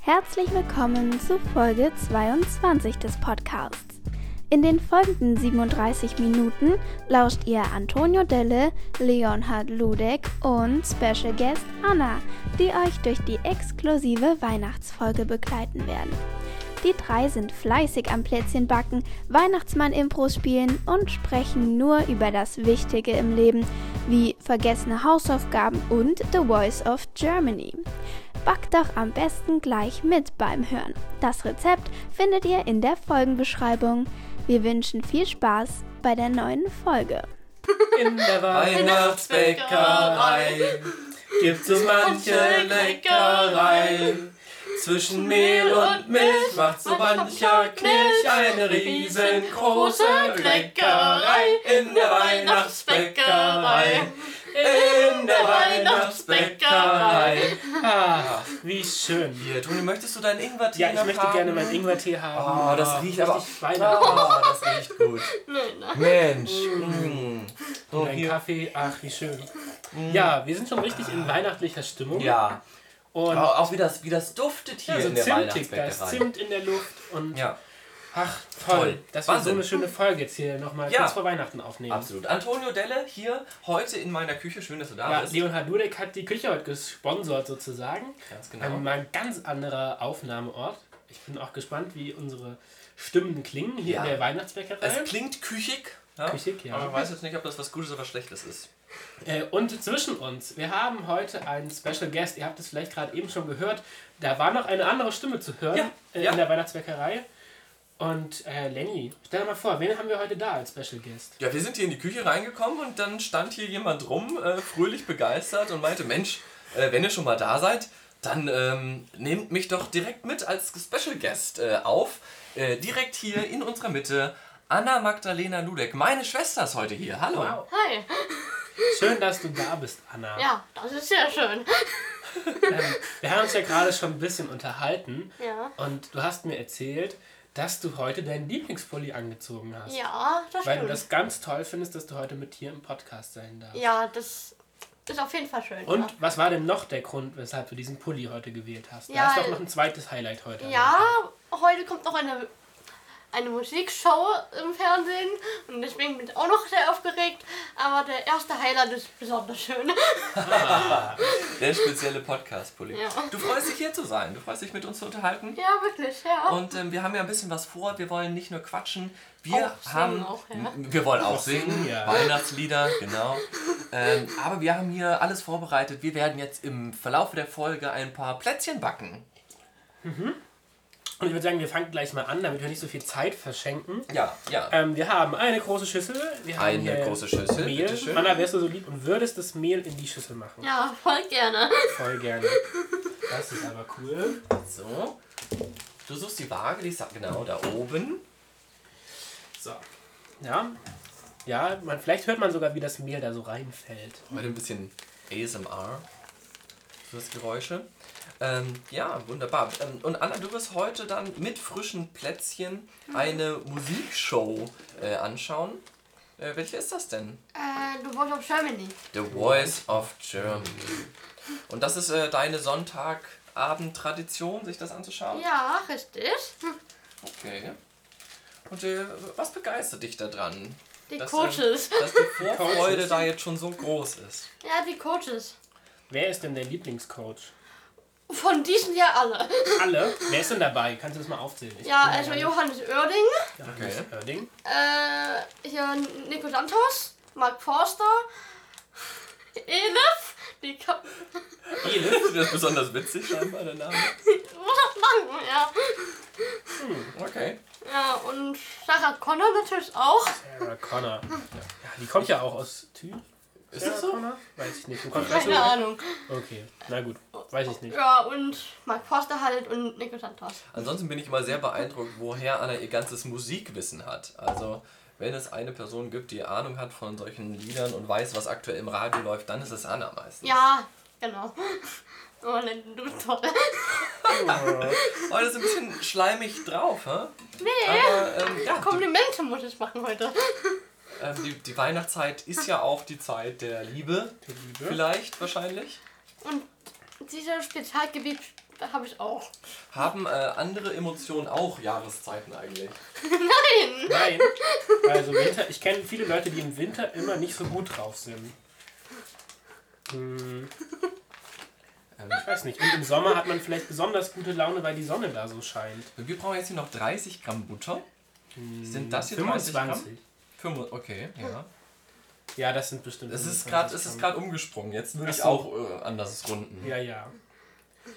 Herzlich willkommen zu Folge 22 des Podcasts. In den folgenden 37 Minuten lauscht ihr Antonio Delle, Leonhard Ludek und Special Guest Anna, die euch durch die exklusive Weihnachtsfolge begleiten werden. Die drei sind fleißig am Plätzchen backen, Weihnachtsmann-Impros spielen und sprechen nur über das Wichtige im Leben, wie vergessene Hausaufgaben und The Voice of Germany. Backt doch am besten gleich mit beim Hören. Das Rezept findet ihr in der Folgenbeschreibung. Wir wünschen viel Spaß bei der neuen Folge. In der Weihnachtsbäckerei gibt es manche Leckereien. Zwischen Mehl und Milch macht so mancher Knilch eine riesengroße Leckerei. In der Weihnachtsbäckerei. In der Weihnachtsbäckerei. Ah, wie schön. Hier, Toni, möchtest du deinen Ingwertee Ja, ich noch möchte haben? gerne meinen Ingwertee haben. Oh, das riecht aber... richtig Weihnachten. Ah, das riecht gut. Mensch. Mm. So, Ein hier. Mm. Kaffee, ach, wie schön. Ja, wir sind schon richtig in weihnachtlicher Stimmung. Ja. Und Auch, auch wie, das, wie das duftet hier ja, so in der zimtig, da ist Weihnachtsbäckerei. Zimt in der Luft und Ja, ach, toll. Toll. Das war so Wahnsinn. eine schöne Folge jetzt hier nochmal Ja. kurz vor Weihnachten aufnehmen. absolut. Antonio Delle hier heute in meiner Küche. Schön, dass du da Ja, bist. Leonhard Dudek hat die Küche heute gesponsert sozusagen. Ganz Genau. genau. Mal ein ganz anderer Aufnahmeort. Ich bin auch gespannt, wie unsere Stimmen klingen hier Ja. in der Weihnachtsbäckerei. Es klingt küchig. Ja? Küchig, ja. Aber ich weiß jetzt nicht, ob das was Gutes oder was Schlechtes ist. Äh, und zwischen uns, wir haben heute einen Special Guest. Ihr habt es vielleicht gerade eben schon gehört. Da war noch eine andere Stimme zu hören Ja, äh, ja. in der Weihnachtsbäckerei. Und äh, Lenny, stell dir mal vor, wen haben wir heute da als Special Guest? Ja, wir sind hier in die Küche reingekommen und dann stand hier jemand rum, äh, fröhlich begeistert und meinte, Mensch, äh, wenn ihr schon mal da seid, dann ähm, nehmt mich doch direkt mit als Special Guest äh, auf. Äh, direkt hier in unserer Mitte Anna Magdalena Ludek. Meine Schwester ist heute hier. Hallo. Wow. Hi. Schön, dass du da bist, Anna. Ja, das ist sehr schön. Ähm, wir haben uns ja gerade schon ein bisschen unterhalten. Ja. Und du hast mir erzählt, dass du heute deinen Lieblingspulli angezogen hast. Ja, das Weil du stimmt. das ganz toll findest, dass du heute mit hier im Podcast sein darfst. ja, das ist auf jeden Fall schön. Und was war denn noch der Grund, weshalb du diesen Pulli heute gewählt hast? Ja, da ist doch äh, noch ein zweites Highlight heute. ja, heute kommt noch eine, eine Musikshow im Fernsehen und deswegen bin ich auch noch sehr aufgeregt. Aber der erste Highlight ist besonders schön. Der spezielle Podcast-Pulli. Ja. Du freust dich hier zu sein. Du freust dich mit uns zu unterhalten. Ja, wirklich, ja. Und ähm, wir haben ja ein bisschen was vor. Wir wollen nicht nur quatschen. Wir Auch singen haben. auch, ja. M- Wir wollen auch singen. singen, ja. Weihnachtslieder, genau. ähm, aber wir haben hier alles vorbereitet. Wir werden jetzt im Verlauf der Folge ein paar Plätzchen backen. Und ich würde sagen, wir fangen gleich mal an, damit wir nicht so viel Zeit verschenken. Ja, ja. Ähm, wir haben eine große Schüssel. Wir haben Eine äh, große Schüssel, Mehl. bitteschön. Anna, wärst du so lieb und würdest das Mehl in die Schüssel machen? Ja, voll gerne. Voll gerne. Das ist aber cool. So. Du suchst die Waage, die ist da- genau da oben. So. Ja. Ja, man, vielleicht hört man sogar, wie das Mehl da so reinfällt. Heute ein bisschen ASMR für das Geräusche. Ähm, ja, wunderbar. Ähm, und Anna, du wirst heute dann mit frischen Plätzchen eine Musikshow äh, anschauen. Äh, welche ist das denn? Äh, du wolltest auf Germany. The Voice of Germany. Und das ist äh, deine Sonntagabend-Tradition, sich das anzuschauen? Ja, richtig. Okay. Und äh, was begeistert dich daran? Die Dass, Coaches. Ähm, dass die Vorfreude da jetzt schon so groß ist. Ja, die Coaches. Wer ist denn der Lieblingscoach? Von diesem Jahr alle. Alle? Wer ist denn dabei? Kannst du das mal aufzählen? Ich Ja, bin also gar nicht- Johannes Oerding. Okay. Oerding. Äh, hier Nico Santos, Mark Forster, Elif, die kann. Das ist besonders witzig, scheinbar, der Name. Ich muss das machen, ja. Okay. Ja, und Sarah Connor natürlich auch. Sarah Connor. Ja, die kommt ja auch aus Thüringen. Ist das so? Connor? Weiß ich nicht. Du kommst aus Keine Ahnung. Okay, na gut. Weiß ich nicht. Ja, und Mark Forster halt und Nico Santos. Ansonsten bin ich immer sehr beeindruckt, woher Anna ihr ganzes Musikwissen hat. Also, wenn es eine Person gibt, die Ahnung hat von solchen Liedern und weiß, was aktuell im Radio läuft, dann ist es Anna meistens. Ja, genau. Oh, nein, du bist toll. Heute Oh, ist ein bisschen schleimig drauf, hä? Nee. Aber ähm, ja, die, Komplimente muss ich machen heute. ähm, die, die Weihnachtszeit ist ja auch die Zeit der Liebe. Liebe. Vielleicht, wahrscheinlich. Und dieses Spezialgebiet Da habe ich auch. Haben äh, andere Emotionen auch Jahreszeiten eigentlich? Nein! Nein. Also Winter, ich kenne viele Leute, die im Winter immer nicht so gut drauf sind. Hm. Ähm, ich weiß nicht. Und im Sommer hat man vielleicht besonders gute Laune, weil die Sonne da so scheint. Wir brauchen jetzt hier noch 30 Gramm Butter. Sind das hier 30 Gramm? 25. 25, okay, ja. Ja, das sind bestimmt. Es ist 25 gerade es ist Gramm. gerade umgesprungen. Jetzt würde Ach ich so. auch äh, anders runden. Ja, ja.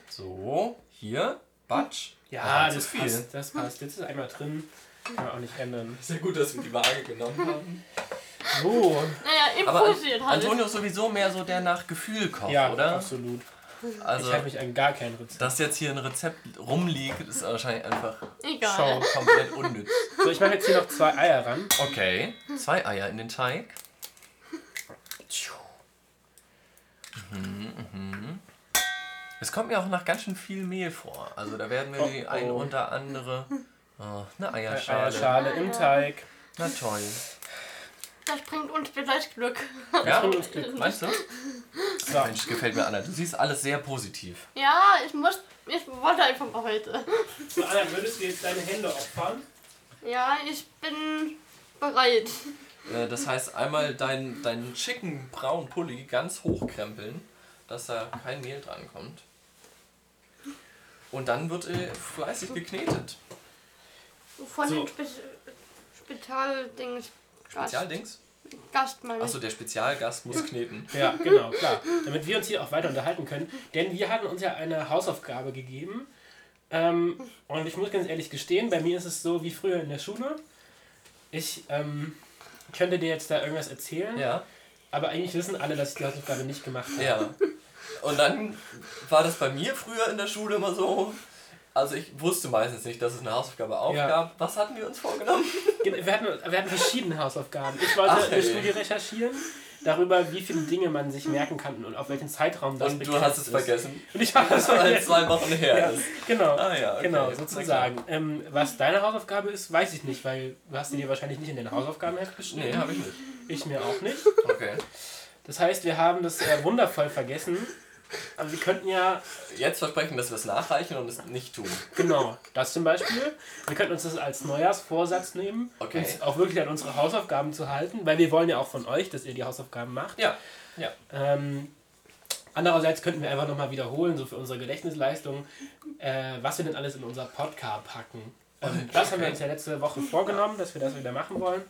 So, hier, Batsch. Ja, zu das passt. Das passt. Jetzt ist einmal drin. Kann man auch nicht ändern. Ist ja gut, dass wir die Waage genommen haben. So. Naja, Aber An improvisiert halt. Antonio ist sowieso mehr so der nach Gefühl kocht, Ja, oder? absolut. Also, ich habe mich an gar kein Rezept. dass jetzt hier ein Rezept rumliegt, ist wahrscheinlich einfach Egal. Schau. komplett unnütz. So, ich mache jetzt hier noch zwei Eier ran. Okay, zwei Eier in den Teig. Mhm, Es kommt mir auch nach ganz schön viel Mehl vor. Also da werden wir die Oh, oh. ein oder andere... Oh, eine Eierschale. Eierschale im Teig. Na toll. Das bringt uns vielleicht Glück. Ja, bringt uns Glück. weißt du? So. Mensch, gefällt mir, Anna. Du siehst alles sehr positiv. Ja, ich muss. Ich wollte einfach mal heute. So, Anna, würdest du jetzt deine Hände opfern? Ja, ich bin bereit. Äh, Das heißt, einmal deinen deinen schicken braunen Pulli ganz hochkrempeln, dass da kein Mehl dran kommt. Und dann wird äh, fleißig geknetet. Von So. den Spe Spezialdings. Gast, Spezialdings? Gast meine Achso, der Spezialgast muss kneten. Ja, genau, klar. Damit wir uns hier auch weiter unterhalten können. Denn wir hatten uns ja eine Hausaufgabe gegeben. Ähm, und ich muss ganz ehrlich gestehen, bei mir ist es so wie früher in der Schule. Ich ähm, könnte dir jetzt da irgendwas erzählen, Ja, aber eigentlich wissen alle, dass ich die Hausaufgabe nicht gemacht habe. ja. Und dann war das bei mir früher in der Schule immer so. Also ich wusste meistens nicht, dass es eine Hausaufgabe Ja. aufgab. Was hatten wir uns vorgenommen? Gen- Wir hatten, wir hatten verschiedene Hausaufgaben. Ich wollte Ach, eine ey. Studie recherchieren darüber, wie viele Dinge man sich merken kann und auf welchen Zeitraum das Und du begrenzt hast es ist. vergessen. Und ich habe es Weil vergessen. zwei Wochen her Ja, ist. genau. Ah ja, okay. Genau, Na sozusagen. Ähm, was deine Hausaufgabe ist, weiß ich nicht, weil du hast sie dir wahrscheinlich nicht in den Hausaufgabenheft geschrieben. Nee, habe ich nicht. Ich mir auch nicht. Okay. Das heißt, wir haben das äh, wundervoll vergessen. Aber wir könnten ja, Jetzt versprechen, dass wir es nachreichen und es nicht tun. genau, das zum Beispiel, wir könnten uns das als Neujahrsvorsatz nehmen, Okay. uns auch wirklich an unsere Hausaufgaben zu halten, weil wir wollen ja auch von euch, dass ihr die Hausaufgaben macht. Ja, ja. Ähm, andererseits könnten wir einfach nochmal wiederholen, so für unsere Gedächtnisleistung, äh, was wir denn alles in unser Podcast packen. Ähm, das haben wir uns ja letzte Woche vorgenommen, dass wir das wieder machen wollen.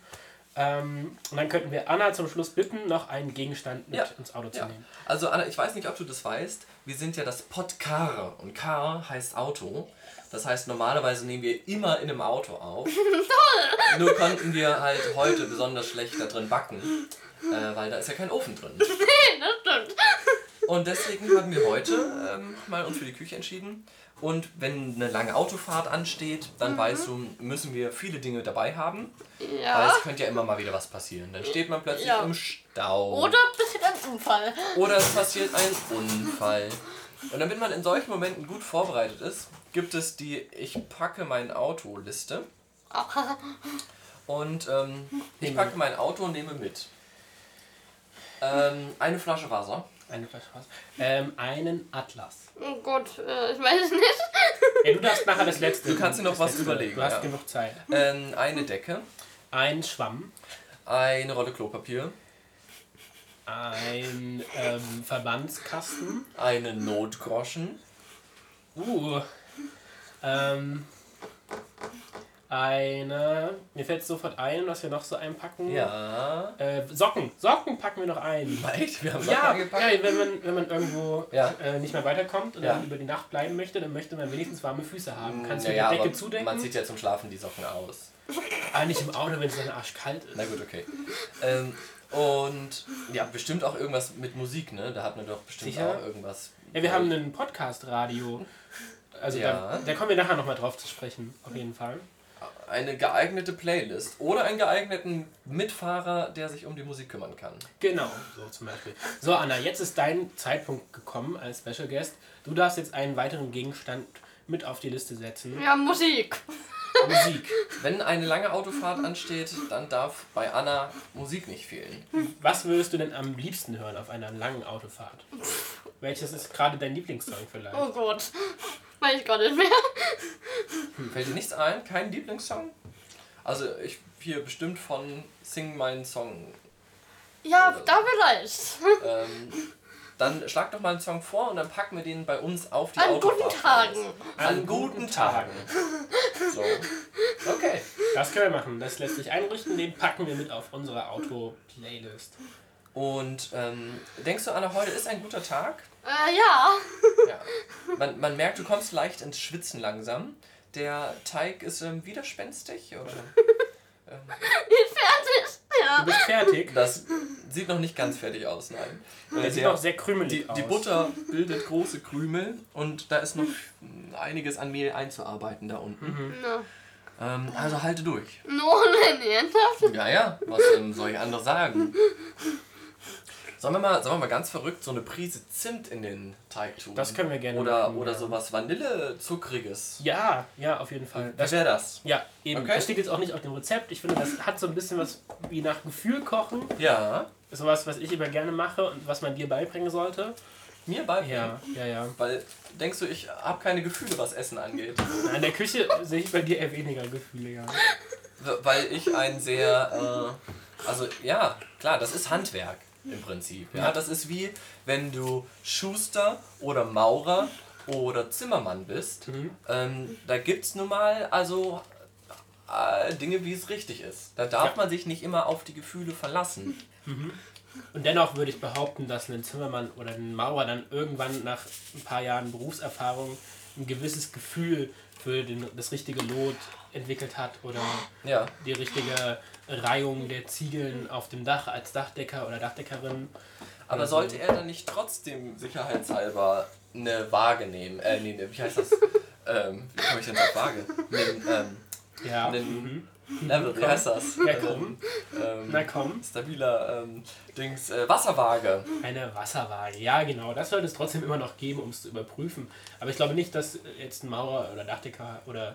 Ähm, und dann könnten wir Anna zum Schluss bitten, noch einen Gegenstand mit Ja. ins Auto zu Ja. nehmen. Also Anna, ich weiß nicht, ob du das weißt. Wir sind ja das Podcar und Car heißt Auto. Das heißt, normalerweise nehmen wir immer in einem Auto auf. Nur konnten wir halt heute besonders schlecht da drin backen, äh, weil da ist ja kein Ofen drin. Das stimmt. Und deswegen haben wir heute ähm, mal uns für die Küche entschieden. Und wenn eine lange Autofahrt ansteht, dann Mhm. weißt du, müssen wir viele Dinge dabei haben. Weil Ja. es könnte ja immer mal wieder was passieren. Dann steht man plötzlich Ja. im Stau. Oder ein bisschen ein Unfall. Oder es passiert ein Unfall. Und damit man in solchen Momenten gut vorbereitet ist, gibt es die Ich packe mein Auto Liste. Ah, Und ähm, ich packe mein Auto und nehme mit. Ähm, eine Flasche Wasser. Eine Flasche Wasser. ähm, Einen Atlas. Oh Gott, äh, ich weiß es nicht. Ey, du darfst nachher das letzte. Du kannst dir noch was überlegen, Du hast ja. genug Zeit. Ähm, eine Decke. Ein Schwamm. Eine Rolle Klopapier. Ein ähm, Verbandskasten. Eine Notgroschen. Uh. Ähm, eine. Mir fällt sofort ein, was wir noch so einpacken. Ja. Äh, Socken. Socken packen wir noch ein. Echt? Wir haben Socken Ja, eingepackt? ja, wenn man, wenn man irgendwo Ja. äh, nicht mehr weiterkommt und Ja. dann über die Nacht bleiben möchte, dann möchte man wenigstens warme Füße haben. Kannst du Naja, die Decke aber zudecken? Man zieht ja zum Schlafen die Socken aus. ah, nicht im Auto, wenn es dann arschkalt ist. Na gut, okay. Ähm, und ja, bestimmt auch irgendwas mit Musik, ne? Da hat man doch bestimmt Sicher? auch irgendwas. Ja, wir haben einen Podcast-Radio. Also Ja. da, da kommen wir nachher nochmal drauf zu sprechen, auf jeden Fall. eine geeignete Playlist oder einen geeigneten Mitfahrer, der sich um die Musik kümmern kann. Genau, so zum Beispiel. So, Anna, jetzt ist dein Zeitpunkt gekommen als Special Guest. Du darfst jetzt einen weiteren Gegenstand mit auf die Liste setzen. Ja, Musik. Musik. Wenn eine lange Autofahrt ansteht, dann darf bei Anna Musik nicht fehlen. Was würdest du denn am liebsten Oh, hören auf einer langen Autofahrt? Welches ist gerade dein Lieblingssong vielleicht? Oh Gott. Weiß ich gar nicht mehr. Fällt dir nichts ein? Kein Lieblingssong? Also ich hier bestimmt von Sing meinen Song. Ja, da vielleicht. Ähm, dann schlag doch mal einen Song vor und dann packen wir den bei uns auf die An Autofahrt. guten Tagen. An guten Tagen. So. Okay. Das können wir machen. Das lässt sich einrichten. Den packen wir mit auf unsere Auto-Playlist. Und ähm, denkst du, Anna, heute ist ein guter Tag? Äh, ja. Ja. Man, man merkt, du kommst leicht ins Schwitzen langsam. Der Teig ist ähm, widerspenstig, oder? Ich bin fertig. Du Ja. bist fertig. Das sieht noch nicht ganz fertig aus, nein. Äh, Der sieht der- auch sehr krümelig die, aus. die Butter bildet große Krümel und da ist noch einiges an Mehl einzuarbeiten da unten. Mhm. No. Ähm, also halte durch. No, nein, ernsthaft? Ja, ja, was ähm, soll ich anderes sagen? Sollen wir, mal, sollen wir mal ganz verrückt so eine Prise Zimt in den Teig tun? Das können wir gerne Oder, machen, oder ja. sowas Vanillezuckriges. Ja, ja, auf jeden Fall. Was wäre das? ja, eben. Okay. Das steht jetzt auch nicht auf dem Rezept. Ich finde, das hat so ein bisschen was wie nach Gefühl kochen. Ja, Sowas, was ich immer gerne mache und was man dir beibringen sollte. mir bei Ja, ja, ja. Weil, denkst du, ich habe keine Gefühle, was Essen angeht? Na, In der Küche sehe ich bei dir eher weniger Gefühle, ja. W- Weil ich ein sehr. Äh, also, ja, klar, das ist Handwerk im Prinzip. Ja, das ist wie wenn du Schuster oder Maurer oder Zimmermann bist. Mhm. Ähm, da gibt's nun mal also äh, Dinge, wie es richtig ist. Da darf Ja. man sich nicht immer auf die Gefühle verlassen. Und dennoch würde ich behaupten, dass ein Zimmermann oder ein Maurer dann irgendwann nach ein paar Jahren Berufserfahrung ein gewisses Gefühl für den, das richtige Lot entwickelt hat oder Ja, die richtige Reihung der Ziegeln auf dem Dach als Dachdecker oder Dachdeckerin. aber Also sollte er dann nicht trotzdem sicherheitshalber eine Waage nehmen? Äh, nee, nee, wie heißt das? ähm, wie komme ich denn auf Waage? Einen, ähm, Ja. einen Level, wie heißt das? Na komm, Ähm, Mhm. na komm. stabiler ähm, Dings äh, Wasserwaage. Eine Wasserwaage. Ja, genau. Das sollte es trotzdem immer noch geben, um es zu überprüfen. Aber ich glaube nicht, dass jetzt ein Maurer oder Dachdecker oder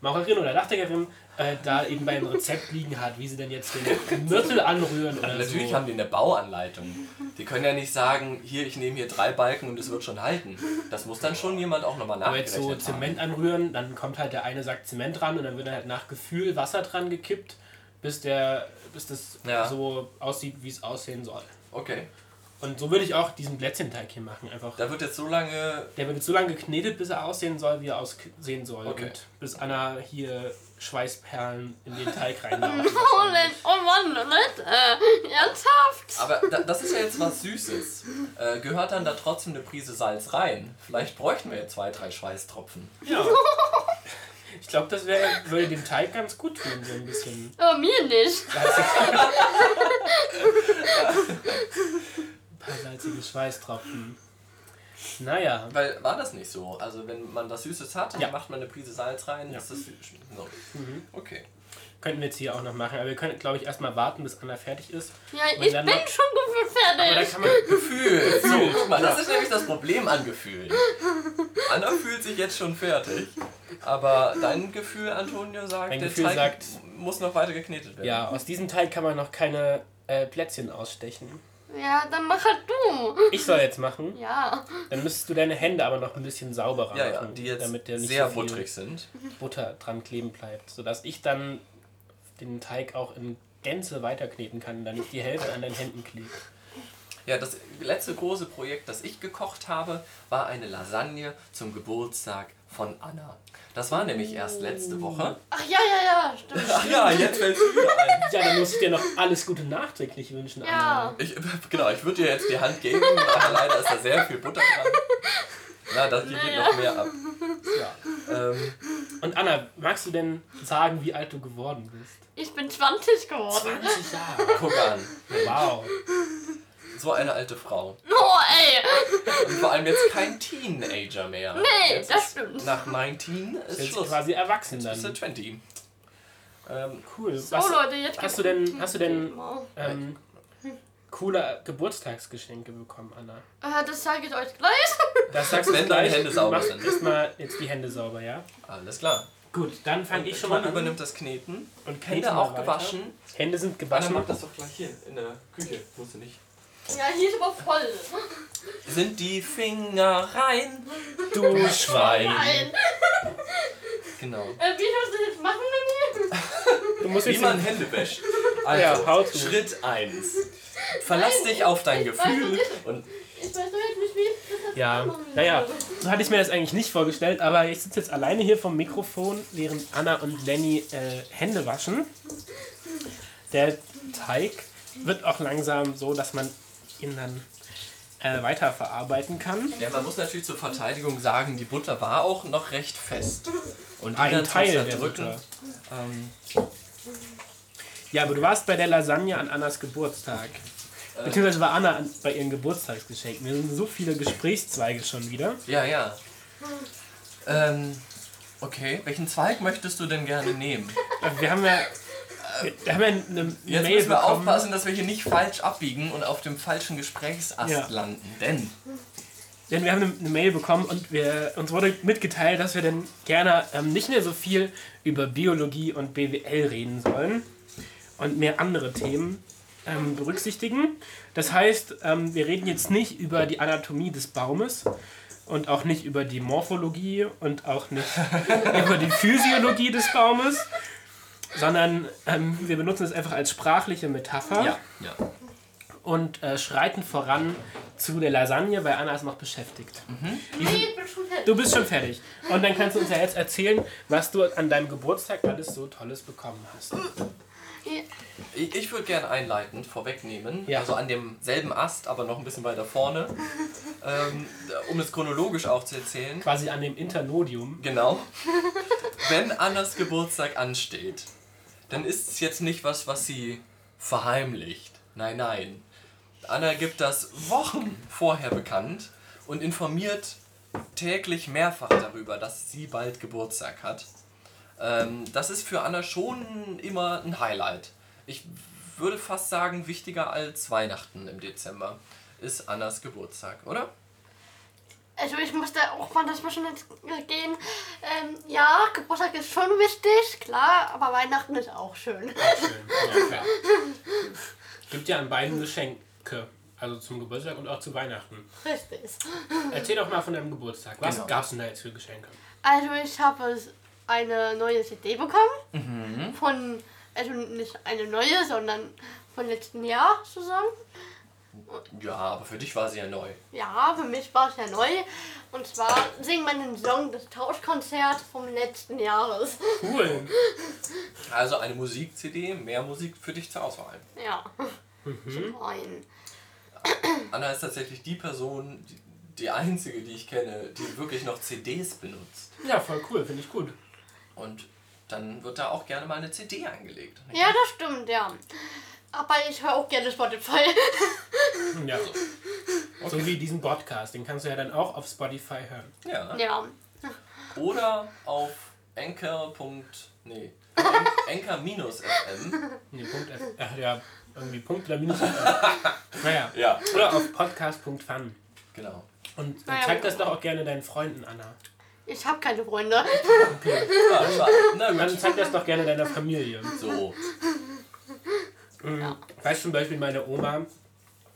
Maurerin oder Dachdeckerin äh, da eben bei einem Rezept liegen hat, wie sie denn jetzt den Mürtel anrühren oder Natürlich so. haben die eine Bauanleitung. Die können ja nicht sagen, hier ich nehme hier drei Balken und es wird schon halten. Das muss dann schon jemand auch nochmal Aber jetzt nachgerechnet so haben. Zement anrühren, dann kommt halt der eine sagt Zement dran und dann wird dann halt nach Gefühl Wasser dran gekippt, bis der bis das Ja. so aussieht, wie es aussehen soll. Okay, Und so würde ich auch diesen Plätzchenteig hier machen. Einfach. da wird jetzt so lange. Der wird jetzt so lange geknetet, bis er aussehen soll, wie er aussehen soll. Okay. Und bis Anna hier Schweißperlen in den Teig reinlaufen. Oh, nein. Oh Mann, Leute. Äh, ernsthaft? Aber da, das ist ja jetzt was Süßes. Äh, gehört dann da trotzdem eine Prise Salz rein? Vielleicht bräuchten wir ja zwei, drei Schweißtropfen. ja. Ich glaube, das wär, würde dem Teig ganz gut tun, so ein bisschen. Aber Äh, mir nicht. Salzig. ein paar salzige Schweißtropfen. Naja, Weil war das nicht so? Also, wenn man was Süßes hat, dann Ja. macht man eine Prise Salz rein, Ja. ist das süß. So. Okay. könnten wir jetzt hier auch noch machen. Aber wir können, glaube ich, erstmal warten, bis Anna fertig ist. Ja, Und ich dann bin noch- schon gefühlt Aber da fertig. kann man. Gefühl. So, guck mal, das ist nämlich das Problem an Gefühlen. Anna fühlt sich jetzt schon fertig. Aber dein Gefühl, Antonio, sagt, Mein der Gefühl Teig sagt- muss noch weiter geknetet werden. Ja, aus diesem Teig kann man noch keine äh, Plätzchen ausstechen. Ja, dann mach halt du. Ich soll jetzt machen. Ja. Dann müsstest du deine Hände aber noch ein bisschen sauberer Ja, ja, machen, die jetzt also, damit der nicht sehr so viel butterig sind. Butter dran kleben bleibt, sodass ich dann den Teig auch in Gänze weiterkneten kann, da nicht die Hälfte an deinen Händen klebt. Ja, das letzte große Projekt, das ich gekocht habe, war eine Lasagne zum Geburtstag von Anna. Das war nämlich erst letzte Woche. Ach ja, ja, ja, stimmt. Ach ja, jetzt fällt es wieder ein. Ja, dann muss ich dir noch alles Gute nachträglich wünschen, Ja. Anna. Ich, genau, ich würde dir jetzt die Hand geben, aber leider ist da sehr viel Butter dran. Na, das hier geht noch mehr ab. Ja. Ähm, Und Anna, magst du denn sagen, wie alt du geworden bist? Ich bin 20 geworden. 20 Jahre. guck an, Wow. so eine alte Frau. Oh, ey. Und vor allem jetzt kein Teenager mehr. Nee, jetzt das ist- stimmt. Nach 19 ist Jetzt Schluss. quasi erwachsen Jetzt bist du dann. 20. Ähm, Cool. oh, Leute, jetzt hast du denn, hast du denn Wow. ähm, coole Geburtstagsgeschenke bekommen, Anna? Äh, das sage ich euch gleich. Das sagst du Wenn gleich. deine Hände sauber Machst sind. Erstmal jetzt die Hände sauber, ja? alles klar. Gut, dann fange ich schon mal Tom an. übernimmt das Kneten. Und knete Hände mal auch weiter. gewaschen. Hände sind Anna gewaschen. macht das doch gleich hier in der Küche. Musst du nicht. Ja, hier ist aber voll. Sind die Finger rein, Du Nein. Schwein. Genau. Äh, wie sollst du das jetzt machen, Mimi? Du musst Wie jetzt man Hände wäscht. Also, Ja, how to. Schritt 1. Verlass Nein, dich auf dein ich weiß Gefühl nicht. und Ich weiß doch jetzt nicht, wie ich das jetzt Ja, machen soll. naja, so hatte ich mir das eigentlich nicht vorgestellt, aber ich sitze jetzt alleine hier vom Mikrofon, während Anna und Lenny äh, Hände waschen. Der Teig wird auch langsam so, dass man ihn dann äh, weiterverarbeiten kann. Ja, man muss natürlich zur Verteidigung sagen, die Butter war auch noch recht fest. Und Ein Teil der drücken. Butter. Ähm, Ja, aber du warst bei der Lasagne an Annas Geburtstag. Äh. Beziehungsweise war Anna an, bei ihrem Geburtstagsgeschenk. Mir sind so viele Gesprächszweige schon wieder. ja, ja. Ähm, okay, welchen Zweig möchtest du denn gerne nehmen? Aber Also Wir haben ja, wir haben ja eine Jetzt Mail müssen wir bekommen. aufpassen, dass wir hier nicht falsch abbiegen und auf dem falschen Gesprächsast Ja. landen. Denn Denn wir haben eine, eine Mail bekommen und wir, uns wurde mitgeteilt, dass wir denn gerne ähm, nicht mehr so viel über Biologie und BWL reden sollen und mehr andere Themen ähm, berücksichtigen. Das heißt, ähm, wir reden jetzt nicht über die Anatomie des Baumes und auch nicht über die Morphologie und auch nicht über die Physiologie des Baumes, sondern ähm, wir benutzen es einfach als sprachliche Metapher ja, ja. und äh, schreiten voran zu der Lasagne, weil Anna ist noch beschäftigt. Nee, ich bin schon fertig. Du bist schon fertig. Und dann kannst du uns ja jetzt erzählen, was du an deinem Geburtstag alles so Tolles bekommen hast. Ja. Ich, ich würde gerne einleitend vorwegnehmen, Ja. also an demselben Ast, aber noch ein bisschen weiter vorne, ähm, um es chronologisch auch zu erzählen. Quasi an dem Internodium. Genau. Wenn Annas Geburtstag ansteht, dann ist es jetzt nicht was, was sie verheimlicht. Nein, nein. Anna gibt das Wochen vorher bekannt und informiert täglich mehrfach darüber, dass sie bald Geburtstag hat. Ähm, das ist für Anna schon immer ein Highlight. Ich würde fast sagen, wichtiger als Weihnachten im Dezember ist Annas Geburtstag, oder? Also ich muss da auch mal das bisschen jetzt äh, gehen. Ähm, ja, Geburtstag ist schon wichtig, klar, aber Weihnachten ist auch schön. Schön. Ja, Gibt ja an beiden Geschenke. Also zum Geburtstag und auch zu Weihnachten. Richtig. Erzähl doch mal von deinem Geburtstag. Was Genau. gab's denn da jetzt für Geschenke? Also ich habe eine neue CD bekommen. Von, also nicht eine neue, sondern von letzten Jahr zusammen. Ja, aber für dich war sie ja neu. Ja, für mich war es ja neu. Und zwar singen wir einen Song des Tauschkonzerts vom letzten Jahres. Cool. Also eine Musik-CD, mehr Musik für dich zur Auswahl. Ja. Zum einen. Anna ist tatsächlich die Person, die, die einzige, die ich kenne, die wirklich noch CDs benutzt. Ja, voll cool. Finde ich gut. Und dann wird da auch gerne mal eine CD eingelegt. Ja, das stimmt, ja. Aber ich höre auch gerne Spotify. Ja. So wie diesen Podcast. Den kannst du ja dann auch auf Spotify hören. Ja. ja. Oder auf anchor. Nee. anchor-fm. Nee, Punkt F. Ach ja, irgendwie Punkt oder Minus. naja. Ja. Oder auf podcast.fun. Genau. Und Naja, zeig aber- das doch auch gerne deinen Freunden, Anna. Ich habe keine Freunde. Ja, das war, na Also gut. zeig das doch gerne deiner Familie. So. Mhm. Weißt zum Beispiel, meine Oma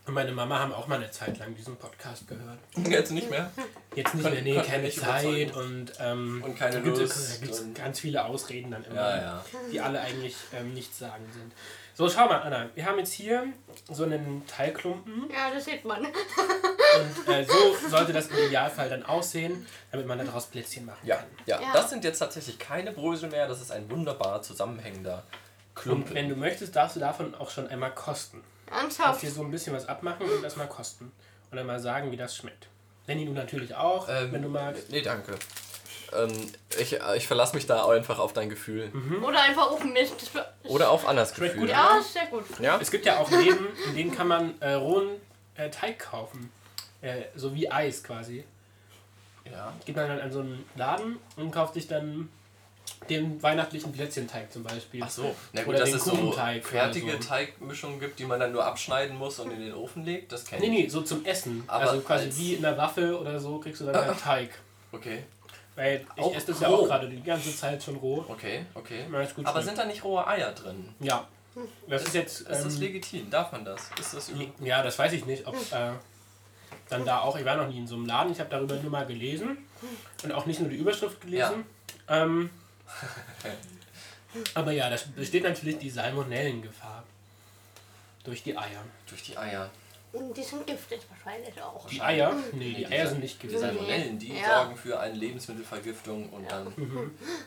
und meine Mama haben auch mal eine Zeit lang diesen Podcast gehört. Jetzt nicht mehr. Jetzt nicht Können- mehr, nee, können keine nicht Zeit überzeugen. und, ähm, Und keine da gibt's- Lust Da gibt und- es ganz viele Ausreden dann immer, Ja, ja. die alle eigentlich ähm, nichts sagen sind. So, schau mal, Anna. Wir haben jetzt hier so einen Teilklumpen Ja, das sieht man. und äh, so sollte das im Idealfall dann aussehen, damit man daraus Plätzchen machen Ja, kann. ja, Ja. Das sind jetzt tatsächlich keine Brösel mehr. Das ist ein wunderbar zusammenhängender Und Klumpen. wenn du möchtest, darfst du davon auch schon einmal kosten. Ernsthaft. dir so ein bisschen was abmachen und das mal kosten. Und dann mal sagen, wie das schmeckt. Lenny, du natürlich auch, Ähm, wenn du magst. Nee, danke. Ähm, ich ich verlasse mich da einfach auf dein Gefühl. Oder einfach auf mich. Das wär- Oder auf Annas Mhm. Schmeckt Gefühl. gut, Ja, ist sehr gut. Ja? Es gibt ja auch Läden, in denen kann man äh, rohen äh, Teig kaufen. Äh, so wie Eis quasi. ja. Geht man dann an so einen Laden und kauft sich dann den weihnachtlichen Plätzchenteig zum Beispiel. Ach so. Na gut, Oder dass den es so Kuchenteig oder fertige so. Teigmischungen gibt, die man dann nur abschneiden muss und in den Ofen legt. Das kenne Nee, ich. nee, so zum Essen. Aber also quasi als- wie in einer Waffel oder so kriegst du dann einen Teig. Okay, Weil ich Auch esse das ja roh. auch gerade die ganze Zeit schon roh. okay, okay. Ja, ist gut Aber schmeckt. sind da nicht rohe Eier drin? Ja, Das ist jetzt. Ist das ähm, legitim? Darf man das? Ist das üb- Ja, das weiß ich nicht, ob äh, dann da auch, ich war noch nie in so einem Laden, ich habe darüber nur mal gelesen und auch nicht nur die Überschrift gelesen. Ähm, aber ja, das besteht natürlich die Salmonellengefahr durch die Eier. durch die Eier? Und die sind giftig wahrscheinlich auch. Die Eier? Nee, die Eier sind nicht Die gewesen. Salmonellen, die Ja. sorgen für eine Lebensmittelvergiftung und dann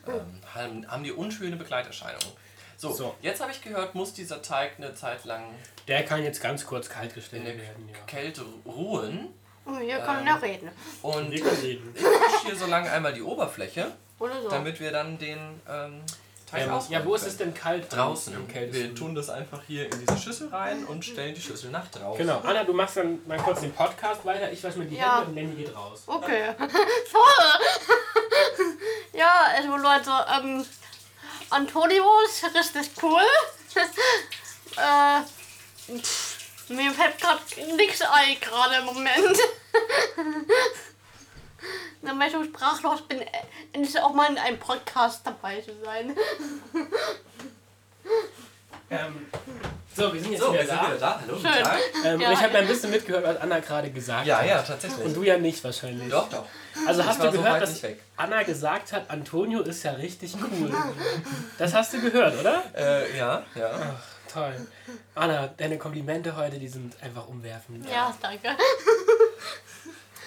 ähm, haben, haben die unschöne Begleiterscheinungen. So, So. jetzt habe ich gehört, muss dieser Teig eine Zeit lang Der kann jetzt ganz kurz kalt in gestellt der werden, ja. Kälte ruhen Und wir können ja reden. und Wir ich können reden. wasche hier so lange einmal die Oberfläche, Oder so. damit wir dann den ähm, Teig Ähm, ausrollen ja, wo ist können. es denn kalt? Draußen. Im Mhm. wir kältesten. tun das einfach hier in diese Schüssel rein Mhm. und stellen die Schüssel nach draußen. Genau, Anna, du machst dann mal kurz den Podcast weiter, ich wasche mir die Ja. Hände und Lenny geht raus. Okay. Toll! ja, also Leute, ähm, Antonio ist richtig cool. äh, pff, mir fällt gerade nichts ein, gerade im Moment. Dann weil ich so sprachlos bin, äh, endlich auch mal in einem Podcast dabei zu sein. Ähm, so, wir sind jetzt So, wir wieder sind da. wieder da. Hallo, guten Schön. Tag. Ähm, Ja. Ich habe ja ein bisschen mitgehört, was Anna gerade gesagt Ja, hat. ja, tatsächlich. Und du ja nicht wahrscheinlich. doch, doch. Also Ich hast war du so gehört, weit dass nicht weg. Anna gesagt hat, Antonio ist ja richtig cool. Das hast du gehört, oder? Äh, ja, ja. Toll. Anna, deine Komplimente heute, die sind einfach umwerfend. Ja, danke.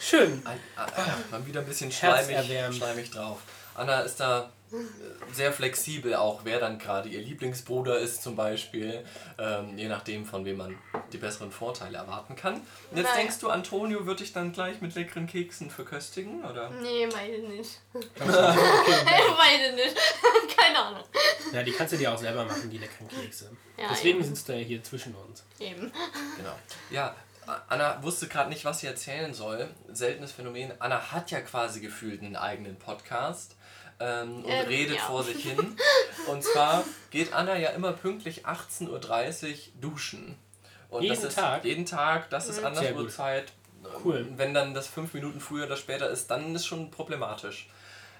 Schön. Ein, ah, ah, mal wieder ein bisschen Herzerwärmend. schleimig, schleimig drauf. Anna ist da äh, sehr flexibel, auch wer dann gerade ihr Lieblingsbruder ist zum Beispiel. Ähm, je nachdem, von wem man die besseren Vorteile erwarten kann. Und jetzt Naja. denkst du, Antonio wird dich dann gleich mit leckeren Keksen verköstigen, oder? Nee, meine nicht. Okay. meine nicht. Keine Ahnung. Ja, die kannst du dir auch selber machen, die leckeren Kekse. Ja, Deswegen eben. sitzt du ja hier zwischen uns. Eben. Genau. Ja, Anna wusste gerade nicht, was sie erzählen soll. Seltenes Phänomen. Anna hat ja quasi gefühlt einen eigenen Podcast ähm, und Ähm, redet ja. vor sich hin. Und zwar geht Anna ja immer pünktlich 18.30 Uhr duschen. Und Jeden das ist Tag? jeden Tag, das Mhm. ist anders Sehr gut. Uhrzeit. Cool. Ähm, Wenn dann das fünf Minuten früher oder später ist, dann ist schon problematisch.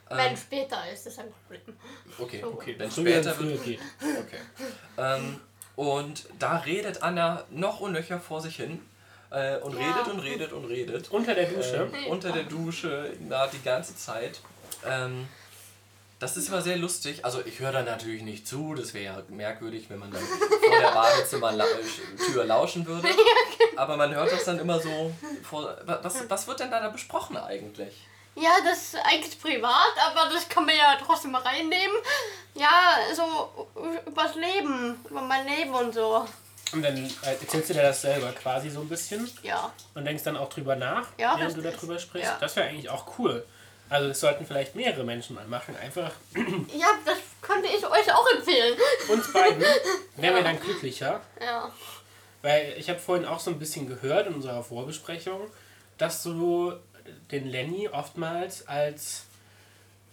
Wenn später ist, ist ein Problem. Okay, Okay. wenn Früher, später früher wird. geht. Okay. Ähm, und da redet Anna noch und nöcher vor sich hin äh, und Ja. redet und redet und redet. Unter der Dusche. Ähm, unter der Dusche, na, die ganze Zeit. Ähm, das ist immer sehr lustig. Also ich höre da natürlich nicht zu, das wäre ja merkwürdig, wenn man dann vor der Badezimmertür lauschen würde. Aber man hört das dann immer so. Vor, wa- was, was wird denn da, da besprochen eigentlich? Ja, das ist eigentlich privat, aber das kann man ja trotzdem mal reinnehmen. Ja, so übers Leben, über mein Leben und so. Und dann äh, erzählst du dir das selber quasi so ein bisschen. Ja, und denkst dann auch drüber nach, Ja, während du richtig. darüber sprichst. Ja. Das wäre eigentlich auch cool. Also das sollten vielleicht mehrere Menschen mal machen. Einfach ja das könnte ich euch auch empfehlen. uns beiden wären wir dann glücklicher. Ja, Weil ich habe vorhin auch so ein bisschen gehört in unserer Vorbesprechung, dass du den Lenny oftmals als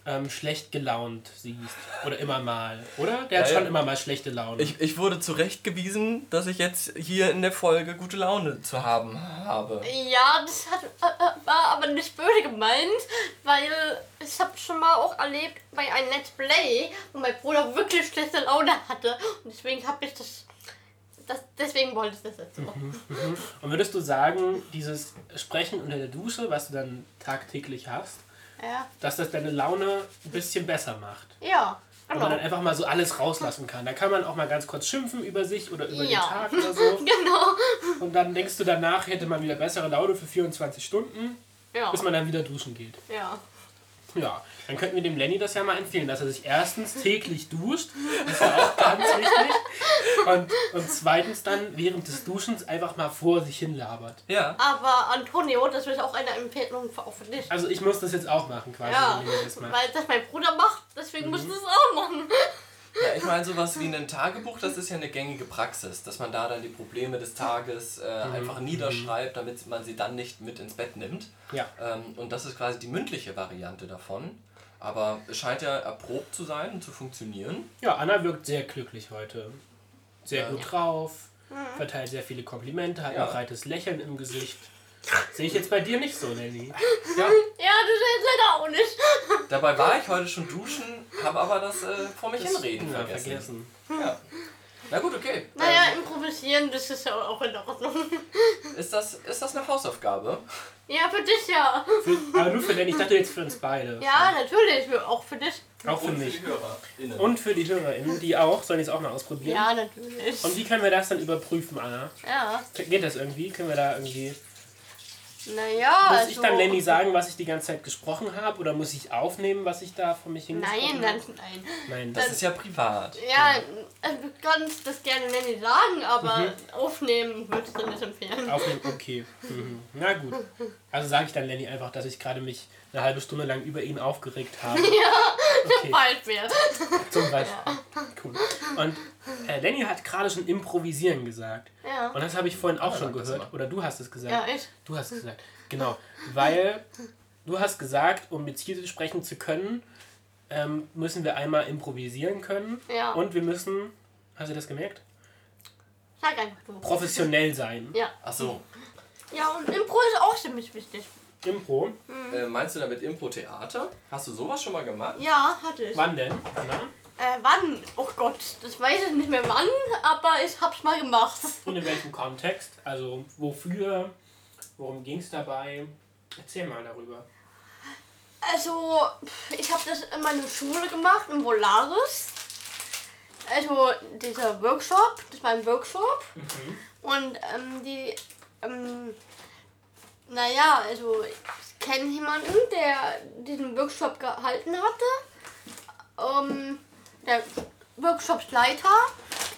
ähm, schlecht gelaunt siehst. Oder immer mal, oder? Der hat Ja, ja. schon immer mal schlechte Laune. Ich, ich wurde zurechtgewiesen, dass ich jetzt hier in der Folge gute Laune zu haben habe. ja das hat, äh, war aber nicht böse gemeint, weil ich habe schon mal auch erlebt bei einem Let's Play, wo mein Bruder wirklich schlechte Laune hatte. Und deswegen habe ich das, das. Deswegen wollte ich das jetzt so. und würdest du sagen, dieses Sprechen unter der Dusche, was du dann tagtäglich hast, Ja, dass das deine Laune ein bisschen besser macht? ja Wo man dann genau. einfach mal so alles rauslassen kann. Da kann man auch mal ganz kurz schimpfen über sich oder über Ja. den Tag oder so. Genau. Und dann denkst du danach, hätte man wieder bessere Laune für 24 Stunden, Ja. bis man dann wieder duschen geht. Ja. Ja, dann könnten wir dem Lenny das ja mal empfehlen, dass er sich erstens täglich duscht, das ist ja auch ganz wichtig, und, und zweitens dann während des Duschens einfach mal vor sich hin labert. Ja. Aber Antonio, das ist auch eine Empfehlung für auch für dich. Also ich muss das jetzt auch machen quasi, Ja, wenn ihr das macht. weil das mein Bruder macht, deswegen Mhm. musst du es auch machen. Ja, ich meine, sowas wie ein Tagebuch, das ist ja eine gängige Praxis, dass man da dann die Probleme des Tages äh, einfach niederschreibt, damit man sie dann nicht mit ins Bett nimmt. Ja. Ähm, und das ist quasi die mündliche Variante davon. Aber es scheint ja erprobt zu sein und zu funktionieren. Ja, Anna wirkt sehr glücklich heute. Sehr gut drauf, Mhm. verteilt sehr viele Komplimente, hat Ja. ein breites Lächeln im Gesicht. Sehe ich jetzt bei dir nicht so, Lenny. Ja. Ja, das ist leider auch nicht. Also, Dabei war ich heute schon duschen, habe aber das äh, vor mich hinreden Ja, vergessen. vergessen. Ja. Na gut, okay. Naja, improvisieren, das ist ja auch in Ordnung. Ähm, ist, das, ist das eine Hausaufgabe? Ja, für dich ja. Für, aber nur für den, ich dachte jetzt für uns beide. Ja, natürlich, für- auch für dich. Auch für Und mich. die HörerInnen. Und für die HörerInnen, die auch, sollen die es auch mal ausprobieren. Ja, natürlich. Und wie können wir das dann überprüfen, Anna? Ja, Geht das irgendwie? Können wir da irgendwie. naja. also- Muss ich dann Lenny sagen, was ich die ganze Zeit gesprochen habe? Oder muss ich aufnehmen, was ich da vor mich hin Nein, gesprochen nein, habe? nein. Nein, Das ist ja privat. Ja, also du kannst das gerne Lenny sagen, aber Mhm. aufnehmen würdest du nicht empfehlen. Aufnehmen, okay. Mhm. Na gut. Also sage ich dann Lenny einfach, dass ich gerade mich eine halbe Stunde lang über ihn aufgeregt habe. Okay, Bald mehr. zum Beispiel. Cool. Und äh, Lenny hat gerade schon improvisieren gesagt. Ja. Und das habe ich vorhin auch schon sag das gehört. Oder du hast es gesagt. Ja, ich. Du hast gesagt. Genau. Weil du hast gesagt, um mit Ziel sprechen zu können, ähm, müssen wir einmal improvisieren können. Ja. Und wir müssen, hast du das gemerkt? Sag einfach du. Professionell sein. Ja. Ach so. Ja, und Impro ist auch ziemlich wichtig. Impro. Äh, meinst du damit Impro-Theater? Hast du sowas schon mal gemacht? Ja, hatte ich. Wann denn? Genau. Na? Äh, wann? Oh Gott, das weiß ich nicht mehr wann, aber ich hab's mal gemacht. Und in welchem Kontext? Also wofür? Worum ging es dabei? Erzähl mal darüber. Also, pff, ich habe das in meiner Schule gemacht, im Volaris. Also, dieser Workshop, das war ein Workshop. Und ähm, die, ähm, naja, also, ich kenne jemanden, der diesen Workshop gehalten hatte. Ähm, der Workshopsleiter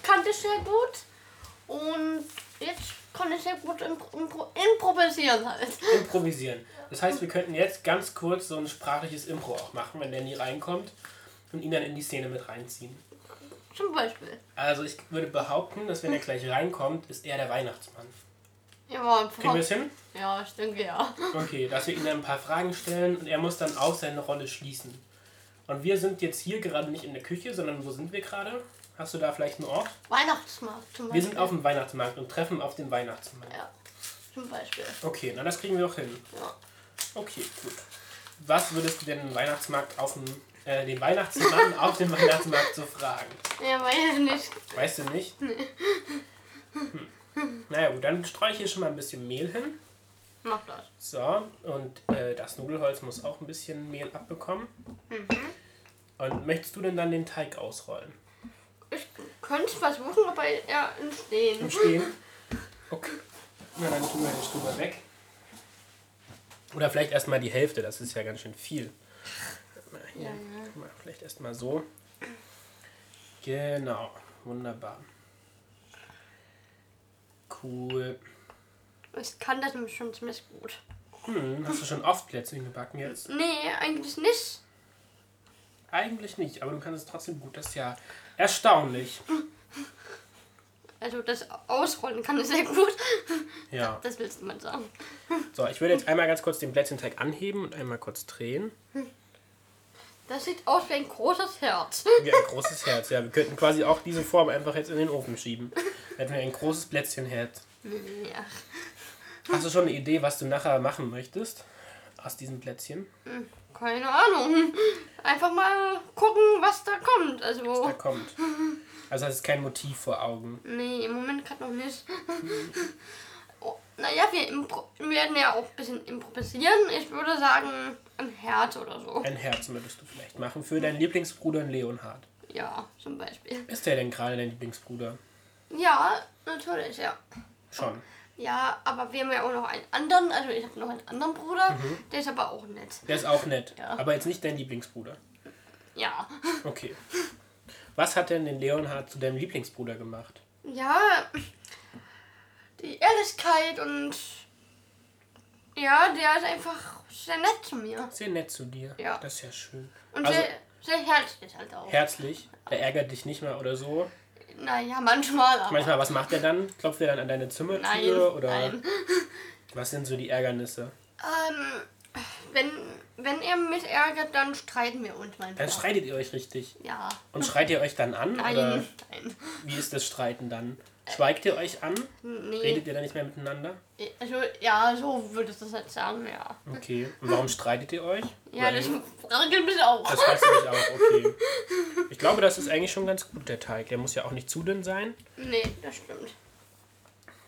kannte ich sehr gut. Und jetzt kann ich sehr gut impro impro improvisieren halt. Improvisieren. Das heißt, wir könnten jetzt ganz kurz so ein sprachliches Impro auch machen, wenn Lenny reinkommt und ihn dann in die Szene mit reinziehen. Zum Beispiel. Also ich würde behaupten, dass wenn er gleich reinkommt, ist er der Weihnachtsmann. Ja, Kriegen wir es hin? Ja, ich denke ja. Okay, dass wir ihm dann ein paar Fragen stellen und er muss dann auch seine Rolle schließen. Und wir sind jetzt hier gerade nicht in der Küche, sondern wo sind wir gerade? Hast du da vielleicht einen Ort? Weihnachtsmarkt zum Wir Beispiel. sind auf dem Weihnachtsmarkt und treffen auf den Weihnachtsmann. Ja, zum Beispiel. Okay, na das kriegen wir auch hin. Ja. Okay, gut. Was würdest du denn den Weihnachtsmarkt auf dem, äh, den Weihnachtsmann auf dem Weihnachtsmarkt so fragen? Ja, weiß ich nicht. Weißt du nicht? Nee. Hm. Naja gut, dann streue ich hier schon mal ein bisschen Mehl hin. Mach das. So, und äh, das Nudelholz muss auch ein bisschen Mehl abbekommen. Und möchtest du denn dann den Teig ausrollen? Ich könnte versuchen, aber ja, entstehen. Im Stehen? Okay. Na, dann tun wir den Stuber weg. Oder vielleicht erstmal die Hälfte, das ist ja ganz schön viel. Guck mal hier. Guck mal, Vielleicht erstmal so. Genau, wunderbar. Cool. Ich kann das nämlich schon ziemlich gut. Hm, hast du schon oft Plätzchen gebacken jetzt? Nee, eigentlich nicht. Eigentlich nicht, aber du kannst es trotzdem gut. Das ist ja erstaunlich. Also das Ausrollen kann ich sehr gut. Ja. Das willst du mal sagen. So, ich würde jetzt einmal ganz kurz den Plätzchenteig anheben und einmal kurz drehen. Das sieht aus wie ein großes Herz. Wie ein großes Herz. Ja, wir könnten quasi auch diese Form einfach jetzt in den Ofen schieben. Dann hätten wir ein großes Plätzchenherz. Ja. Hast du schon eine Idee, was du nachher machen möchtest? Aus diesen Plätzchen? Keine Ahnung. Einfach mal gucken, was da kommt. Da Also, kommt. Also hast du kein Motiv vor Augen. nee, im Moment gerade noch nicht. Oh, naja, wir impro wir werden ja auch ein bisschen improvisieren. Ich würde sagen, ein Herz oder so. Ein Herz würdest du vielleicht machen für deinen Lieblingsbruder Leonhard. Ja, zum Beispiel. Ist der denn gerade dein Lieblingsbruder? Ja, natürlich, ja. Schon. Ja, aber wir haben ja auch noch einen anderen, also ich habe noch einen anderen Bruder, Mhm. der ist aber auch nett. Der ist auch nett. Ja. Aber jetzt nicht dein Lieblingsbruder. Ja. Okay. Was hat denn den Leonhard zu deinem Lieblingsbruder gemacht? Ja, die Ehrlichkeit und ja, der ist einfach sehr nett zu mir. Sehr nett zu dir. Ja. Das ist ja schön. Und Also- sehr, sehr herzlich halt auch. Herzlich. Der ärgert dich nicht mal oder so. naja, manchmal aber. Manchmal, was macht er dann? Klopft er dann an deine Zimmertür? Nein, oder nein. was sind so die Ärgernisse? Ähm, wenn, wenn er mich ärgert, dann streiten wir uns manchmal. Dann streitet ihr euch richtig. Ja. Und schreit ihr euch dann an? Nein, Oder nein. wie ist das Streiten dann? Schweigt ihr euch an? Nee. Redet ihr da nicht mehr miteinander? Also, ja, so würdest du es jetzt sagen, ja. Okay. Und warum streitet ihr euch? Ja, Weil- das regelt mich auch. Das weiß ich auch, okay. Ich glaube, das ist eigentlich schon ganz gut, der Teig. Der muss ja auch nicht zu dünn sein. Nee, das stimmt.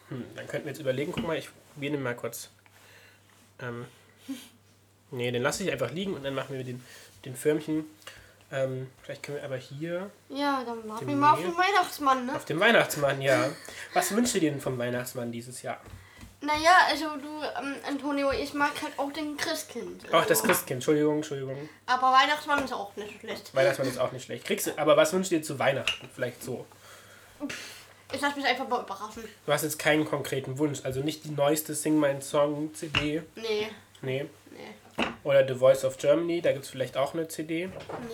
Hm, dann könnten wir jetzt überlegen, guck mal, ich probiere den mal kurz. Ähm, nee, den lasse ich einfach liegen und dann machen wir den, den Förmchen. Ähm, vielleicht können wir aber hier Ja, dann mach Nee. ich mal auf den Weihnachtsmann, ne? auf dem Weihnachtsmann, ja. Was wünscht ihr denn vom Weihnachtsmann dieses Jahr? Naja, also du, ähm, Antonio, ich mag halt auch den Christkind. Ach, das Christkind, Entschuldigung, Entschuldigung. Aber Weihnachtsmann ist auch nicht schlecht. Weihnachtsmann ist auch nicht schlecht. Kriegst du, aber was wünscht ihr zu Weihnachten? Vielleicht so. Ich lass mich einfach mal überraschen. Du hast jetzt keinen konkreten Wunsch, also nicht die neueste Sing My Song CD. Nee, Nee. nee. Oder The Voice of Germany, da gibt es vielleicht auch eine CD.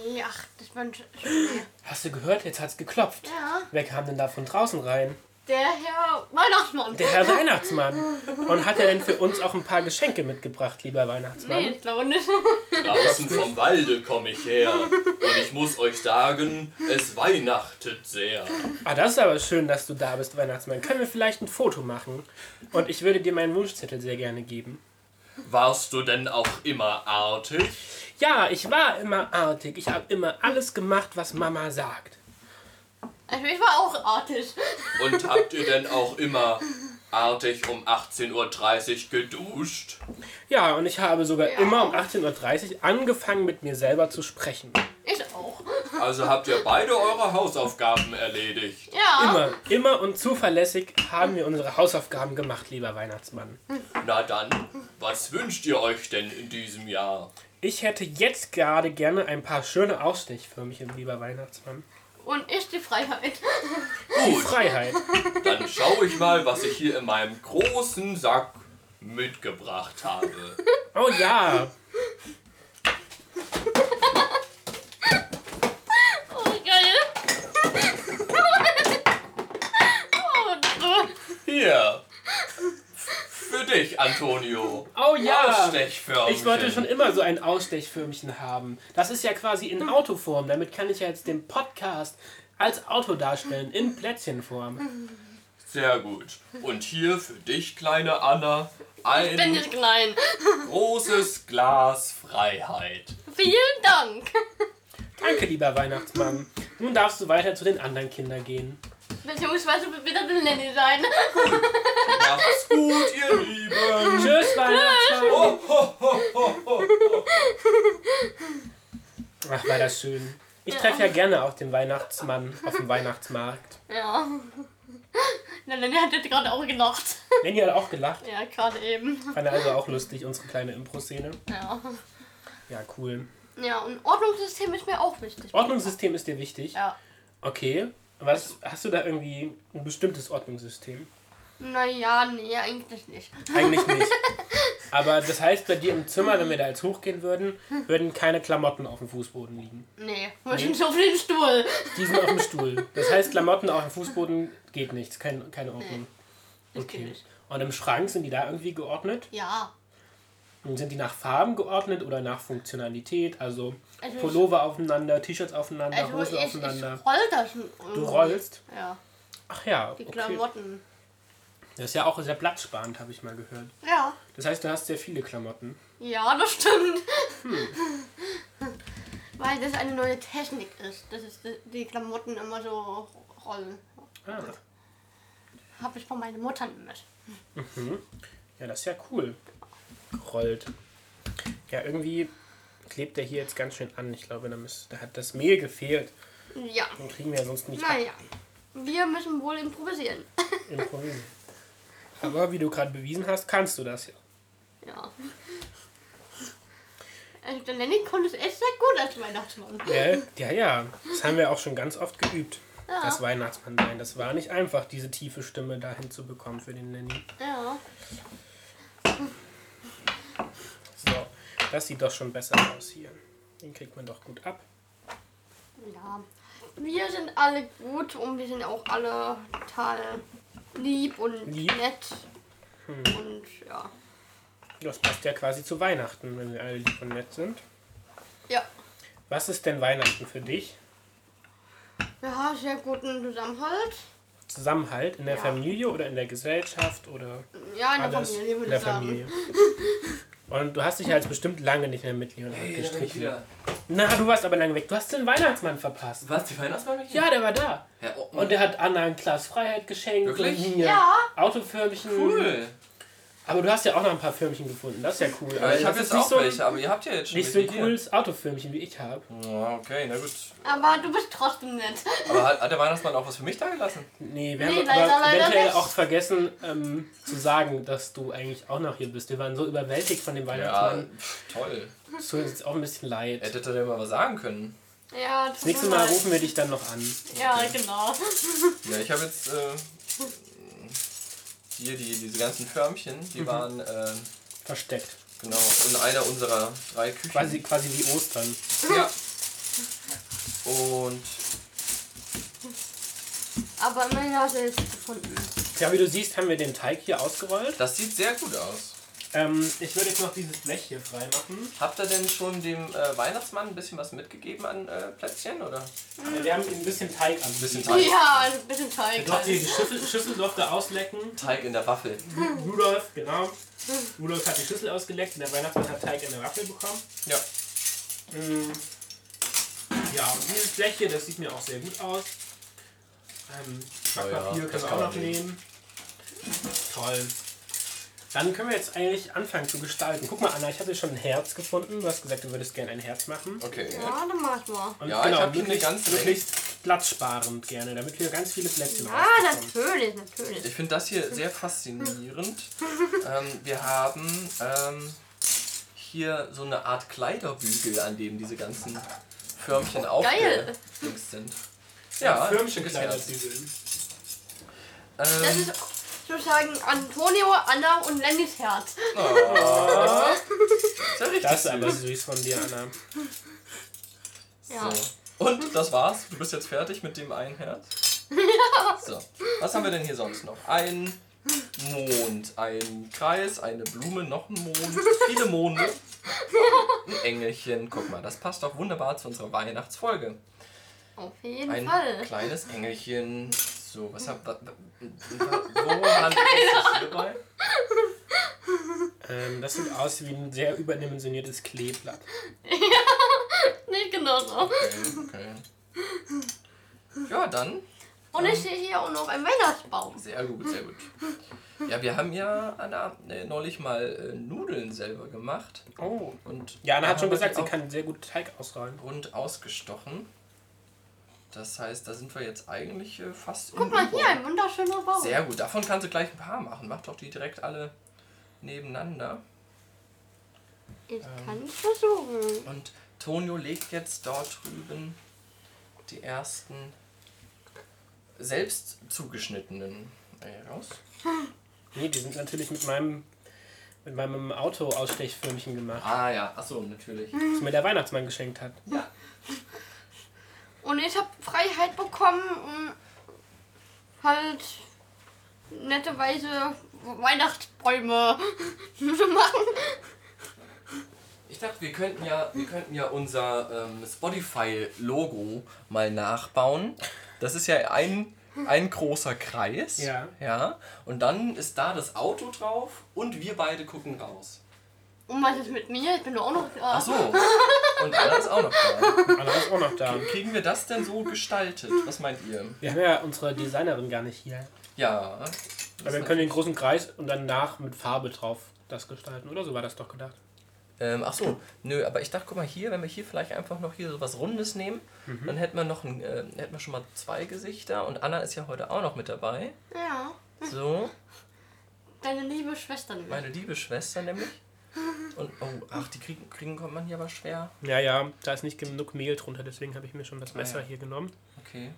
Nee, ach, das Mensch. Nee. Hast du gehört? Jetzt hat's geklopft. Ja, Wer kam denn da von draußen rein? der Herr Weihnachtsmann. Der Herr Weihnachtsmann. Und hat er denn für uns auch ein paar Geschenke mitgebracht, lieber Weihnachtsmann? nee, ich glaube nicht. Draußen vom Walde komme ich her. Und ich muss euch sagen, es weihnachtet sehr. Ah, das ist aber schön, dass du da bist, Weihnachtsmann. Können wir vielleicht ein Foto machen? Und ich würde dir meinen Wunschzettel sehr gerne geben. Warst du denn auch immer artig? Ja, ich war immer artig. Ich habe immer alles gemacht, was Mama sagt. Also ich war auch artig. Und habt ihr denn auch immer artig um 18.30 Uhr geduscht? Ja, und ich habe sogar Ja. immer um 18.30 Uhr angefangen, mit mir selber zu sprechen. Ich auch. Also habt ihr beide eure Hausaufgaben erledigt. Ja. Immer, immer und zuverlässig haben wir unsere Hausaufgaben gemacht, lieber Weihnachtsmann. Na dann, was wünscht ihr euch denn in diesem Jahr? Ich hätte jetzt gerade gerne ein paar schöne Ausstechförmchen, lieber Weihnachtsmann. Und ich die Freiheit. Gut, Freiheit. dann schaue ich mal, was ich hier in meinem großen Sack mitgebracht habe. Oh ja. Oh, geil. oh, du. Hier. Für dich, Antonio. Oh ja. Ausstechförmchen. Ich wollte schon immer so ein Ausstechförmchen haben. Das ist ja quasi Hm. in Autoform. Damit kann ich ja jetzt den Podcast als Auto darstellen, in Plätzchenform. Sehr gut. Und hier für dich, kleine Anna, Ich bin ein jetzt klein. großes Glas Freiheit. Vielen Dank. Danke, lieber Weihnachtsmann. Nun darfst du weiter zu den anderen Kindern gehen. Beziehungsweise wieder den Lenny sein. Macht's gut, ihr Lieben. Tschüss, Weihnachtsmann. Ho, ho, ho, ho, ho. Ach, war das schön. Ich treffe ja gerne auch den Weihnachtsmann auf dem Weihnachtsmarkt. Ja. Der Lenny hat jetzt gerade auch gelacht. Lenny hat auch gelacht. Ja, gerade eben. Fand er also auch lustig, unsere kleine Impro-Szene. Ja. Ja, cool. Ja, und Ordnungssystem ist mir auch wichtig. Ordnungssystem ist dir wichtig. Ja. Okay. Was hast du da irgendwie ein bestimmtes Ordnungssystem? Naja, nee, eigentlich nicht. Eigentlich nicht. Aber das heißt, bei dir im Zimmer, wenn wir da jetzt hochgehen würden, würden keine Klamotten auf dem Fußboden liegen. Nee, wir sind so auf den Stuhl. Die sind auf dem Stuhl. Das heißt, Klamotten auf dem Fußboden geht nichts, kein, keine Ordnung. Das geht Okay. nicht. Und im Schrank sind die da irgendwie geordnet? Ja. Und sind die nach Farben geordnet oder nach Funktionalität? Also Also ich- Pullover aufeinander, T-Shirts aufeinander, Also Hosen ich, ich aufeinander. roll das. Du rollst? Ja, Ach ja, die okay. Klamotten. Das ist ja auch sehr platzsparend, habe ich mal gehört. Ja. Das heißt, du hast sehr viele Klamotten. Ja, das stimmt. Hm. Weil das eine neue Technik ist. Das ist die- die Klamotten immer so rollen. Ah, Habe ich von meiner Mutter mit. ja, das ist ja cool. Gerollt. Ja, irgendwie klebt der hier jetzt ganz schön an. Ich glaube, da, müsst, da hat das Mehl gefehlt. Ja. Den kriegen wir ja sonst nicht Naja. Wir müssen wohl improvisieren. improvisiert. Aber wie du gerade bewiesen hast, kannst du das ja. Ja. Also der Lenny konnte es echt sehr gut als Weihnachtsmann. Gell? Ja, ja. Das haben wir auch schon ganz oft geübt. Ja. Das Weihnachtsmann sein. Das war nicht einfach, diese tiefe Stimme dahin zu bekommen für den Lenny. Ja. So, das sieht doch schon besser aus hier. Den kriegt man doch gut ab. Ja. Wir sind alle gut und wir sind auch alle total lieb Hm. und Lieb? nett. Und ja. Das passt ja quasi zu Weihnachten, wenn wir alle lieb und nett sind. Ja. Was ist denn Weihnachten für dich? Ja, sehr guten Zusammenhalt. Zusammenhalt in der Ja. Familie oder in der Gesellschaft oder Ja, in der alles Familie, würde in der ich sagen. Familie. Und du hast dich ja jetzt bestimmt lange nicht mehr mit Leon Hey, da bin ich gestrichen. wieder. Na, du warst aber lange weg. Du hast den Weihnachtsmann verpasst. Was, die Weihnachtsmärchen? Ja, der war da. ja oh, Und der hat Anna ein Glas Freiheit geschenkt. Wirklich? Und mir Ja. Autoförmchen. cool. Aber du hast ja auch noch ein paar Förmchen gefunden. Das ist ja cool. Ja, Aber ich das habe ist jetzt nicht auch so ein- welche, aber ihr habt ja jetzt schon Nicht so ein welche hier. cooles Autoförmchen wie ich habe. Ja, Ah, okay, na gut. Aber du bist trotzdem nett. Aber hat, hat der Weihnachtsmann auch was für mich da gelassen? Nee, wir Nee, haben leider, aber leider eventuell nicht. auch vergessen ähm, zu sagen, dass du eigentlich auch noch hier bist. Wir waren so überwältigt von dem Ja, Weihnachtsmann. pff, toll. Es tut uns jetzt auch ein bisschen leid. Hättet ihr denn mal was sagen können? Ja, Das nächste Mal rufen wir dich dann noch an. Ja, genau. Ja, ich habe jetzt äh, hier die, diese ganzen Förmchen, die Mhm. waren äh, Versteckt. genau in einer unserer drei Küchen. Quasi, quasi wie Ostern. Ja. Und Aber immerhin hast du jetzt gefunden. Ja, wie du siehst, haben wir den Teig hier ausgerollt. das sieht sehr gut aus. Ähm, ich würde jetzt noch dieses Blech hier freimachen. Habt ihr denn schon dem äh, Weihnachtsmann ein bisschen was mitgegeben an äh, Plätzchen oder? Äh, Wir haben ihm ein bisschen Teig an. Ein bisschen Teig. Ja, ein bisschen Teig. Doch, die Schüssel, Schüssel durfte auslecken. Teig in der Waffel. Mhm. Rudolf, genau. Rudolf hat die Schüssel ausgeleckt und der Weihnachtsmann hat Teig in der Waffel bekommen. Ja. Mm. Ja, und dieses Blech hier, das sieht mir auch sehr gut aus. Ähm, Oh Backpapier ja, können wir das kann auch man noch nehmen. nehmen. Toll. Dann können wir jetzt eigentlich anfangen zu gestalten. Guck mal, Anna, ich hatte schon ein Herz gefunden. Du hast gesagt, du würdest gerne ein Herz machen. genau, Okay. Ja, dann mach ich mal. Und Ja, ich hab hier eine möglichst- ganze Menge. möglichst platzsparend gerne, damit wir ganz viele Plätzchen Ah, rausbekommen. natürlich, natürlich. Ich finde das hier sehr faszinierend. ähm, wir haben ähm, hier so eine Art Kleiderbügel, an dem diese ganzen Förmchen Geil. aufgedingst sind. Ja, Förmchen schickes kleiner Herz. Zwiebeln. Das Ähm, ist sozusagen Antonio, Anna und Lennys Herz. oh, ist ja richtig Das ist aber süß. süß von dir, Anna. Ja. So. Und das war's. Du bist jetzt fertig mit dem einen Herz. So. Was haben wir denn hier sonst noch? Ein Mond, ein Kreis, eine Blume, noch ein Mond, viele Monde, ein Engelchen. Guck mal, das passt doch wunderbar zu unserer Weihnachtsfolge. Auf jeden Ein Fall. kleines Engelchen. So, was hab. wa- wa- Wo handelt es sich hierbei? Ähm, das sieht aus wie ein sehr überdimensioniertes Kleeblatt. Nicht genau so. Okay, okay. Ja, dann Und ich sehe hier auch noch einen Weihnachtsbaum. Sehr gut, sehr gut. Ja, wir haben ja Anna äh, neulich mal äh, Nudeln selber gemacht Oh. und Ja, Anna hat haben schon wir gesagt, die sie auch kann sehr gut Teig ausrollen. rund ausgestochen. Das heißt, da sind wir jetzt eigentlich äh, fast Guck mal hier, ein wunderschöner Baum. Sehr gut, davon kannst du gleich ein paar machen. Mach doch die direkt alle nebeneinander. Ich kann es versuchen. Und Tonio legt jetzt dort drüben die ersten selbst zugeschnittenen äh, raus. Nee, die sind natürlich mit meinem, mit meinem Auto-Ausstechförmchen gemacht, Ah ja, achso, natürlich. das mir der Weihnachtsmann geschenkt hat. Ja. Und ich habe Freiheit bekommen, um halt nette Weise Weihnachtsbäume zu machen. Ich dachte, wir könnten ja, wir könnten ja unser ähm, Spotify-Logo mal nachbauen. Das ist ja ein, ein großer Kreis. Ja. ja. Und dann ist da das Auto drauf und wir beide gucken raus. Und was ist mit mir? Ich bin doch auch noch äh, da. Ach so. Und Anna ist auch noch da. Anna ist auch noch da. Kriegen wir das denn so gestaltet? Was meint ihr? Wir haben ja unsere Designerin gar nicht hier. Ja. Aber wir können den großen Kreis und dann nach mit Farbe drauf das gestalten, oder? So war das doch gedacht. Ähm, ach so, nö, aber ich dachte, guck mal hier, wenn wir hier vielleicht einfach noch hier so was Rundes nehmen, dann hätten wir noch ein, äh, hätten wir schon mal zwei Gesichter und Anna ist ja heute auch noch mit dabei. Ja. So. Deine liebe Schwester. nicht. meine liebe Schwester nämlich. Und, oh, ach, die kriegen, kriegen kommt man hier aber schwer. Ja, ja, da ist nicht genug Mehl drunter, deswegen habe ich mir schon das Messer ja. hier genommen. Okay.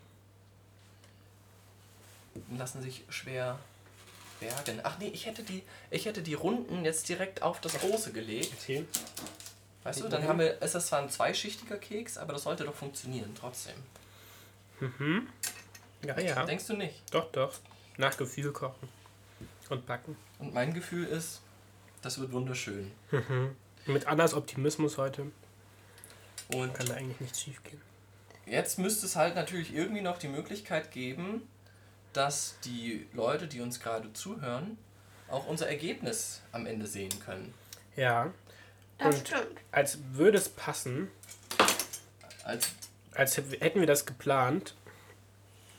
Und Lassen sich schwer bergen. Ach nee, ich hätte die, ich hätte die Runden jetzt direkt auf das Große gelegt. Okay. Weißt du, dann haben wir, ist das zwar ein zweischichtiger Keks, aber das sollte doch funktionieren trotzdem. Ja, Ah ja. Denkst du nicht? Doch, doch. Nach Gefühl kochen. Und backen. Und mein Gefühl ist, das wird wunderschön. Mit Annas Optimismus heute Und kann da eigentlich nichts schief gehen. Jetzt müsste es halt natürlich irgendwie noch die Möglichkeit geben, dass die Leute, die uns gerade zuhören, auch unser Ergebnis am Ende sehen können. Ja. Das Und- stimmt. Als würde es passen, Als als hätten wir das geplant.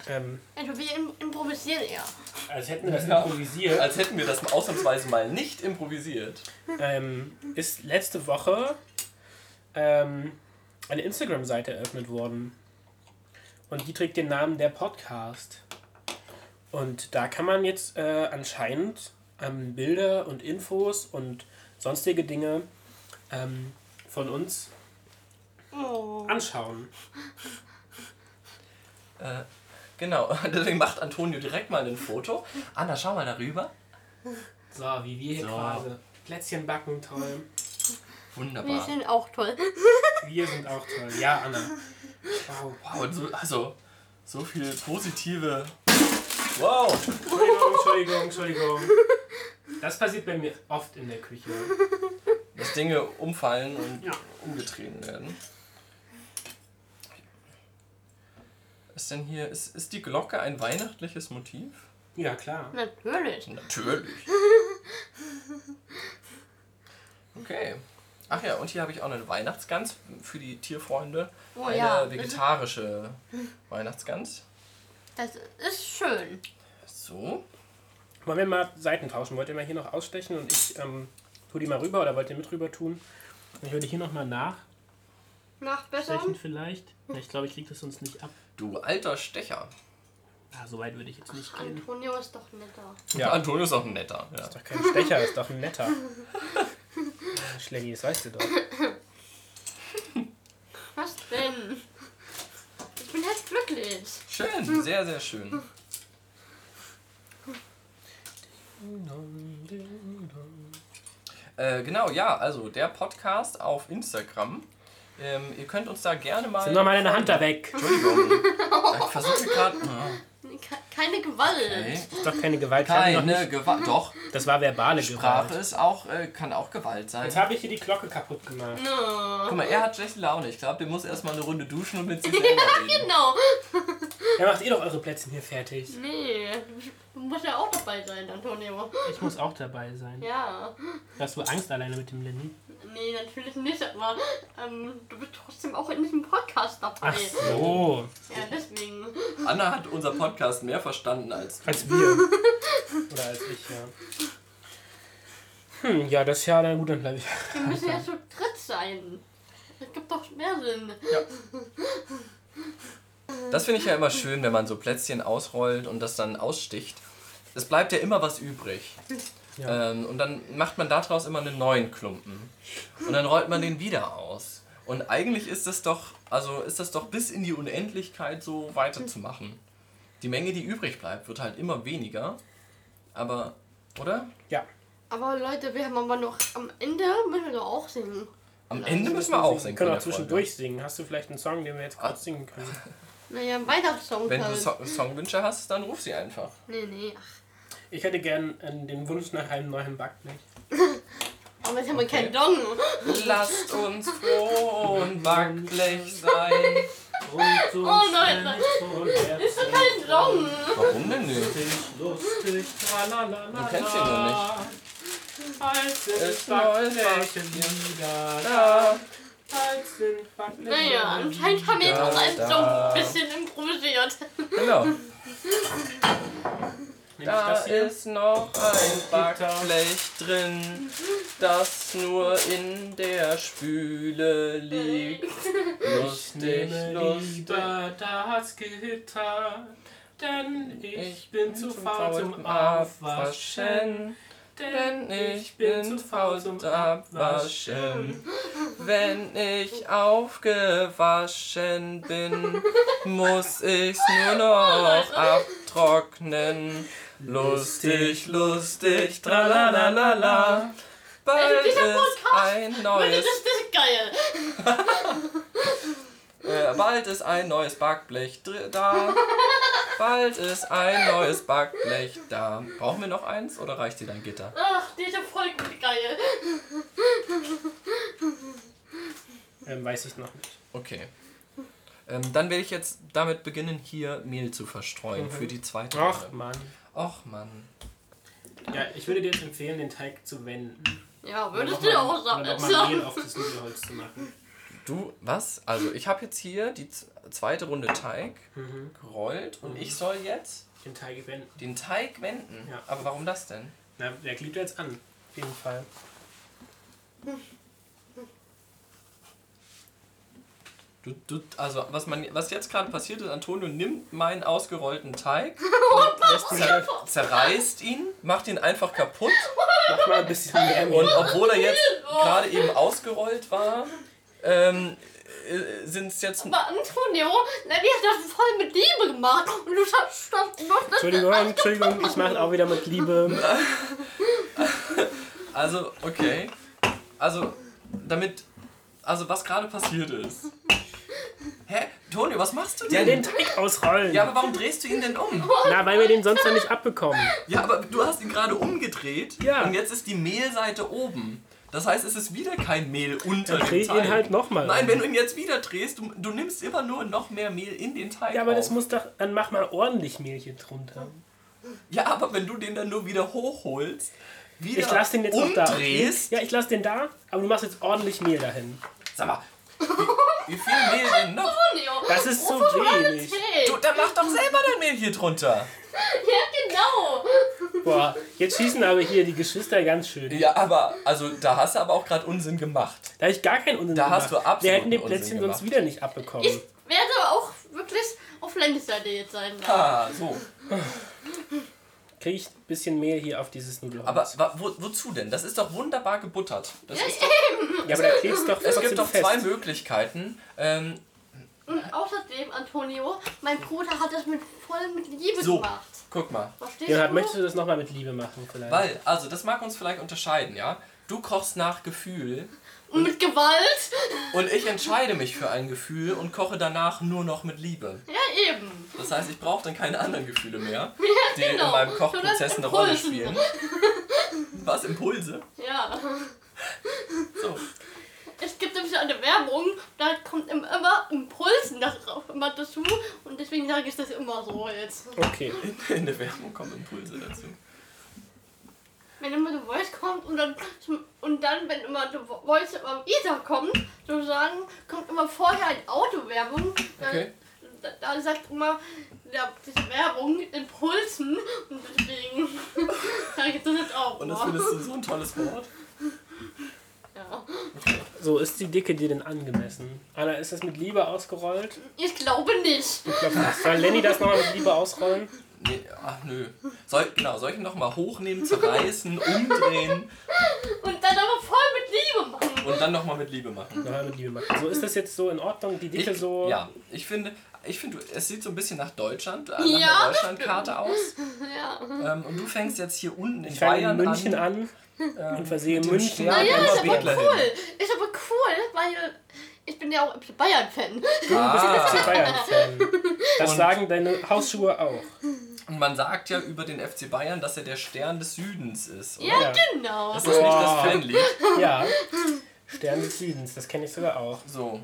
Ähm, Also wir im improvisieren eher. als hätten wir das Ja. improvisiert. Als hätten wir das ausnahmsweise mal nicht improvisiert. ähm, ist letzte Woche ähm, eine Instagram-Seite eröffnet worden. Und die trägt den Namen der Podcast. Und da kann man jetzt äh, anscheinend ähm, Bilder und Infos und sonstige Dinge ähm, von uns Oh. anschauen. Äh, genau, deswegen macht Antonio direkt mal ein Foto. Anna, schau mal darüber. So, wie wir hier So. quasi. Plätzchen backen, toll. Wir Wunderbar. sind auch toll. Wir sind auch toll. Ja, Anna. Wow. Wow, und so, also, so viel positive. Wow! Entschuldigung, Genau, Entschuldigung, Entschuldigung. Das passiert bei mir oft in der Küche. Dass Dinge umfallen und Ja. umgetreten werden. Ist denn hier, ist, ist die Glocke ein weihnachtliches Motiv? Ja, klar. Natürlich. Natürlich. Okay. Ach ja, und hier habe ich auch eine Weihnachtsgans für die Tierfreunde. Oh eine ja. vegetarische Weihnachtsgans. Das ist schön. So. Wollen wir mal Seiten tauschen? Wollt ihr mal hier noch ausstechen und ich ähm, tu die mal rüber oder wollt ihr mit rüber tun? Ich würde hier nochmal nachstechen Nach besserem. vielleicht. Ich glaube, ich kriege das sonst nicht ab. Du alter Stecher. Ah, so weit würde ich jetzt nicht gehen. Antonio ist doch netter. Ja. Antonio ist auch ein netter. Ja. Ist doch kein Stecher, ist doch ein netter. Schlengi, das weißt du doch. Was denn? Ich bin halt glücklich. Schön, sehr, sehr schön. Äh, genau, ja, also der Podcast auf Instagram. Ähm, ihr könnt uns da gerne mal. Nimm doch mal deine Hand da weg. Entschuldigung. Ich versuche gerade. hm, Ke- Keine Gewalt. Okay. Ist doch keine Gewalt. Äh, Ich hab noch Keine Gewalt. Doch, nicht- Das war verbale Sprache Gewalt. ist auch, äh, kann auch Gewalt sein. Jetzt habe ich hier die Glocke kaputt gemacht. No. Guck mal, er hat schlechte Laune. Ich glaube, der muss erstmal eine Runde duschen und mit sich selber reden. Genau. Ja, macht ihr doch eure Plätzchen hier fertig. Nee. Du musst ja auch dabei sein, Antonio. Ich muss auch dabei sein. Ja. Hast du Angst alleine mit dem Linden? Nee, natürlich nicht, aber ähm, du bist trotzdem auch in diesem Podcast dabei. Ach so. Ja, deswegen. genau. Anna hat unser Podcast mehr verstanden als du. Als wir. Oder als ich, ja. Hm, ja, das ist ja dann gut. Dann bleib ich. Wir müssen ja zu dritt sein. Das gibt doch mehr Sinn. Das finde ich ja immer schön, wenn man so Plätzchen ausrollt und das dann aussticht. Es bleibt ja immer was übrig. Ja. Ähm, und dann macht man daraus immer einen neuen Klumpen. Und dann rollt man den wieder aus. Und eigentlich ist das doch, also ist das doch bis in die Unendlichkeit so weiterzumachen. Die Menge, die übrig bleibt, wird halt immer weniger. Aber, oder? Ja. Aber Leute, wir haben aber noch am Ende müssen wir doch auch singen. Am Ende müssen wir auch singen. Wir können von auch der Folge. zwischendurch singen. Hast du vielleicht einen Song, den wir jetzt Ah. kurz singen können? Naja, ein Weihnachtssong. Wenn du halt. so Songwünsche hast, dann ruf sie einfach. Nee, nee. Ach, Ich hätte gern äh, den Wunsch nach einem neuen Backblech. aber jetzt haben wir keinen Dong. Lasst uns froh und wackelig sein. Und so Oh nein, nein. Ist doch Kein Dong. Warum denn nicht? Lustig, lustig, tralalala. Du kennst ihn doch nicht. Als Es sind läuft Backblechen Backblech. wieder Da, Als sind Backblechen Naja, anscheinend haben wir jetzt auch Da, einen da. Dong ein bisschen improvisiert. genau. Nämlich Da das hier. ist noch ein Backblech drin, das nur in der Spüle liegt. Lustig, lustig. das Gitter, denn Ich bin zu faul zum Abwaschen. Denn ich bin zu faul zum Abwaschen. Wenn ich aufgewaschen bin, muss ich's nur noch abtrocknen. Lustig, lustig, tralalala. Bald dieser ist ein Leute, neues, das ist geil. äh, bald ist ein neues Backblech dr- da. Bald ist ein neues Backblech da. Brauchen wir noch eins oder reicht dir dein Gitter? Ach, diese Folgen sind geil. Ähm, weiß ich noch nicht. Okay. Äh, Ähm, dann werde ich jetzt damit beginnen, hier Mehl zu verstreuen für die zweite Mhm. Ach, Runde. Äh, Mann. Och Mann. Ja, ich würde dir jetzt empfehlen, den Teig zu wenden. Ja, würdest Würdest du auch Nochmal Mehl sagen. auf das Nudelholz zu machen. Du, was? Also ich habe jetzt hier die z- zweite Runde Teig Mhm. gerollt und ich soll jetzt Den Teig wenden. den Teig wenden. Ja. Aber warum das denn? Na, der klebt jetzt an. Auf jeden Fall. Du, du, also was, man, was jetzt gerade passiert ist, Antonio nimmt meinen ausgerollten Teig, lässt ihn, zerreißt ihn, macht ihn einfach kaputt Mach mal ein bisschen mehr und Mehl. obwohl er jetzt gerade eben ausgerollt war, ähm, sind es jetzt... Aber Antonio, na, die hat das voll mit Liebe gemacht. Und du schaffst das noch nicht. Entschuldigung, Entschuldigung, ich mache auch wieder mit Liebe. Also, okay. Also, damit... Also, was gerade passiert ist. Hä? Tonio, was machst du Ja, den denn? Teig ausrollen. Ja, aber warum drehst du ihn denn um? Na, weil wir den sonst noch nicht abbekommen. Ja, aber du hast ihn gerade umgedreht Ja. und jetzt ist die Mehlseite oben. Das heißt, es ist wieder kein Mehl unter Dann dem dreh ich Teig. ihn halt nochmal. Nein, wenn du ihn jetzt wieder drehst, du, du nimmst immer nur noch mehr Mehl in den Teig. Ja, aber das auf. muss doch. Dann mach mal ordentlich Mehlchen drunter. Ja, aber wenn du den dann nur wieder hochholst, wieder Ich lass den jetzt auch da. okay? umdrehst. Ja, ich lass den da, aber du machst jetzt ordentlich Mehl dahin. Sag mal, wie, wie viel Mehl denn noch? Antonio, Das ist zu wovon war das wenig. Tee? Du, dann mach doch selber dein Mehl hier drunter. Ja, genau. Boah, jetzt schießen aber hier die Geschwister ganz schön. Ja, aber, also da hast du aber auch gerade Unsinn gemacht. Da habe ich gar keinen Unsinn Da gemacht. hast du absoluten Wir hätten den Unsinn Plätzchen gemacht. sonst wieder nicht abbekommen. Ich werde auch wirklich auf Landesseite jetzt sein. Ja. Ah, so. Kriege ich ein bisschen Mehl hier auf dieses Nudelholz. Aber wa- wo, wozu denn? Das ist doch wunderbar gebuttert. Das ist ja, aber da klebst doch Es gibt trotzdem doch fest. zwei Möglichkeiten. Ähm, Und außerdem, Antonio, mein Bruder hat das mit voll mit Liebe so, gemacht. guck mal. Verstehst Leonhard, du? möchtest du das nochmal mit Liebe machen vielleicht? Weil, also das mag uns vielleicht unterscheiden, ja? Du kochst nach Gefühl Und mit Gewalt? und ich entscheide mich für ein Gefühl und koche danach nur noch mit Liebe. Ja, eben. Das heißt, ich brauche dann keine anderen Gefühle mehr, die in genau. meinem Kochprozess eine Sondern Rolle Impulsen. spielen. Was, Impulse? Ja. So. Es gibt nämlich eine Werbung, da kommt im- immer Impulsen darauf immer dazu. Und deswegen sage ich das immer so jetzt. Okay. In der Werbung kommen Impulse dazu. Wenn immer The Voice kommt und dann, zum- und dann wenn immer The Voice am Isa kommt, sozusagen, kommt immer vorher eine Autowerbung. Dann- Okay. Da, da sagt immer ja, diese Werbung Impulsen und deswegen sage ich das jetzt auch. Und das mal. findest du so ein tolles Wort? ja. So, ist die Dicke dir denn angemessen? Anna, ist das mit Liebe ausgerollt? Ich glaube nicht. Ich glaub, nicht. soll Lenny das nochmal mit Liebe ausrollen? Nee, ach nö. Soll, genau, soll ich ihn nochmal hochnehmen, zerreißen, umdrehen Und dann aber voll mit Liebe machen. und dann nochmal mit Liebe machen? Nochmal mit Liebe machen. So, ist das jetzt so in Ordnung? Die Dicke Ich, so... Ja, ich finde, ich finde, es sieht so ein bisschen nach Deutschland, äh, nach Ja, der das Deutschlandkarte aus. Ja. Ähm, und du fängst jetzt hier unten in Ich fange in Bayern München an. Ähm, an und versehe dem München Stern. mit Ja, Ja, Immer ist einem aber Bädler Stern. hin. cool. Ist aber cool, weil ich bin ja auch Bayern-Fan. Du bist Ah, Bayern-Fan. Das Und- sagen deine Hausschuhe auch. und man sagt ja über den FC Bayern, dass er der Stern des Südens ist. Oder? Ja, Ja. genau. Das ist nicht das Boah. Fanlied. Ja. Stern des Südens, das kenne ich sogar auch. So,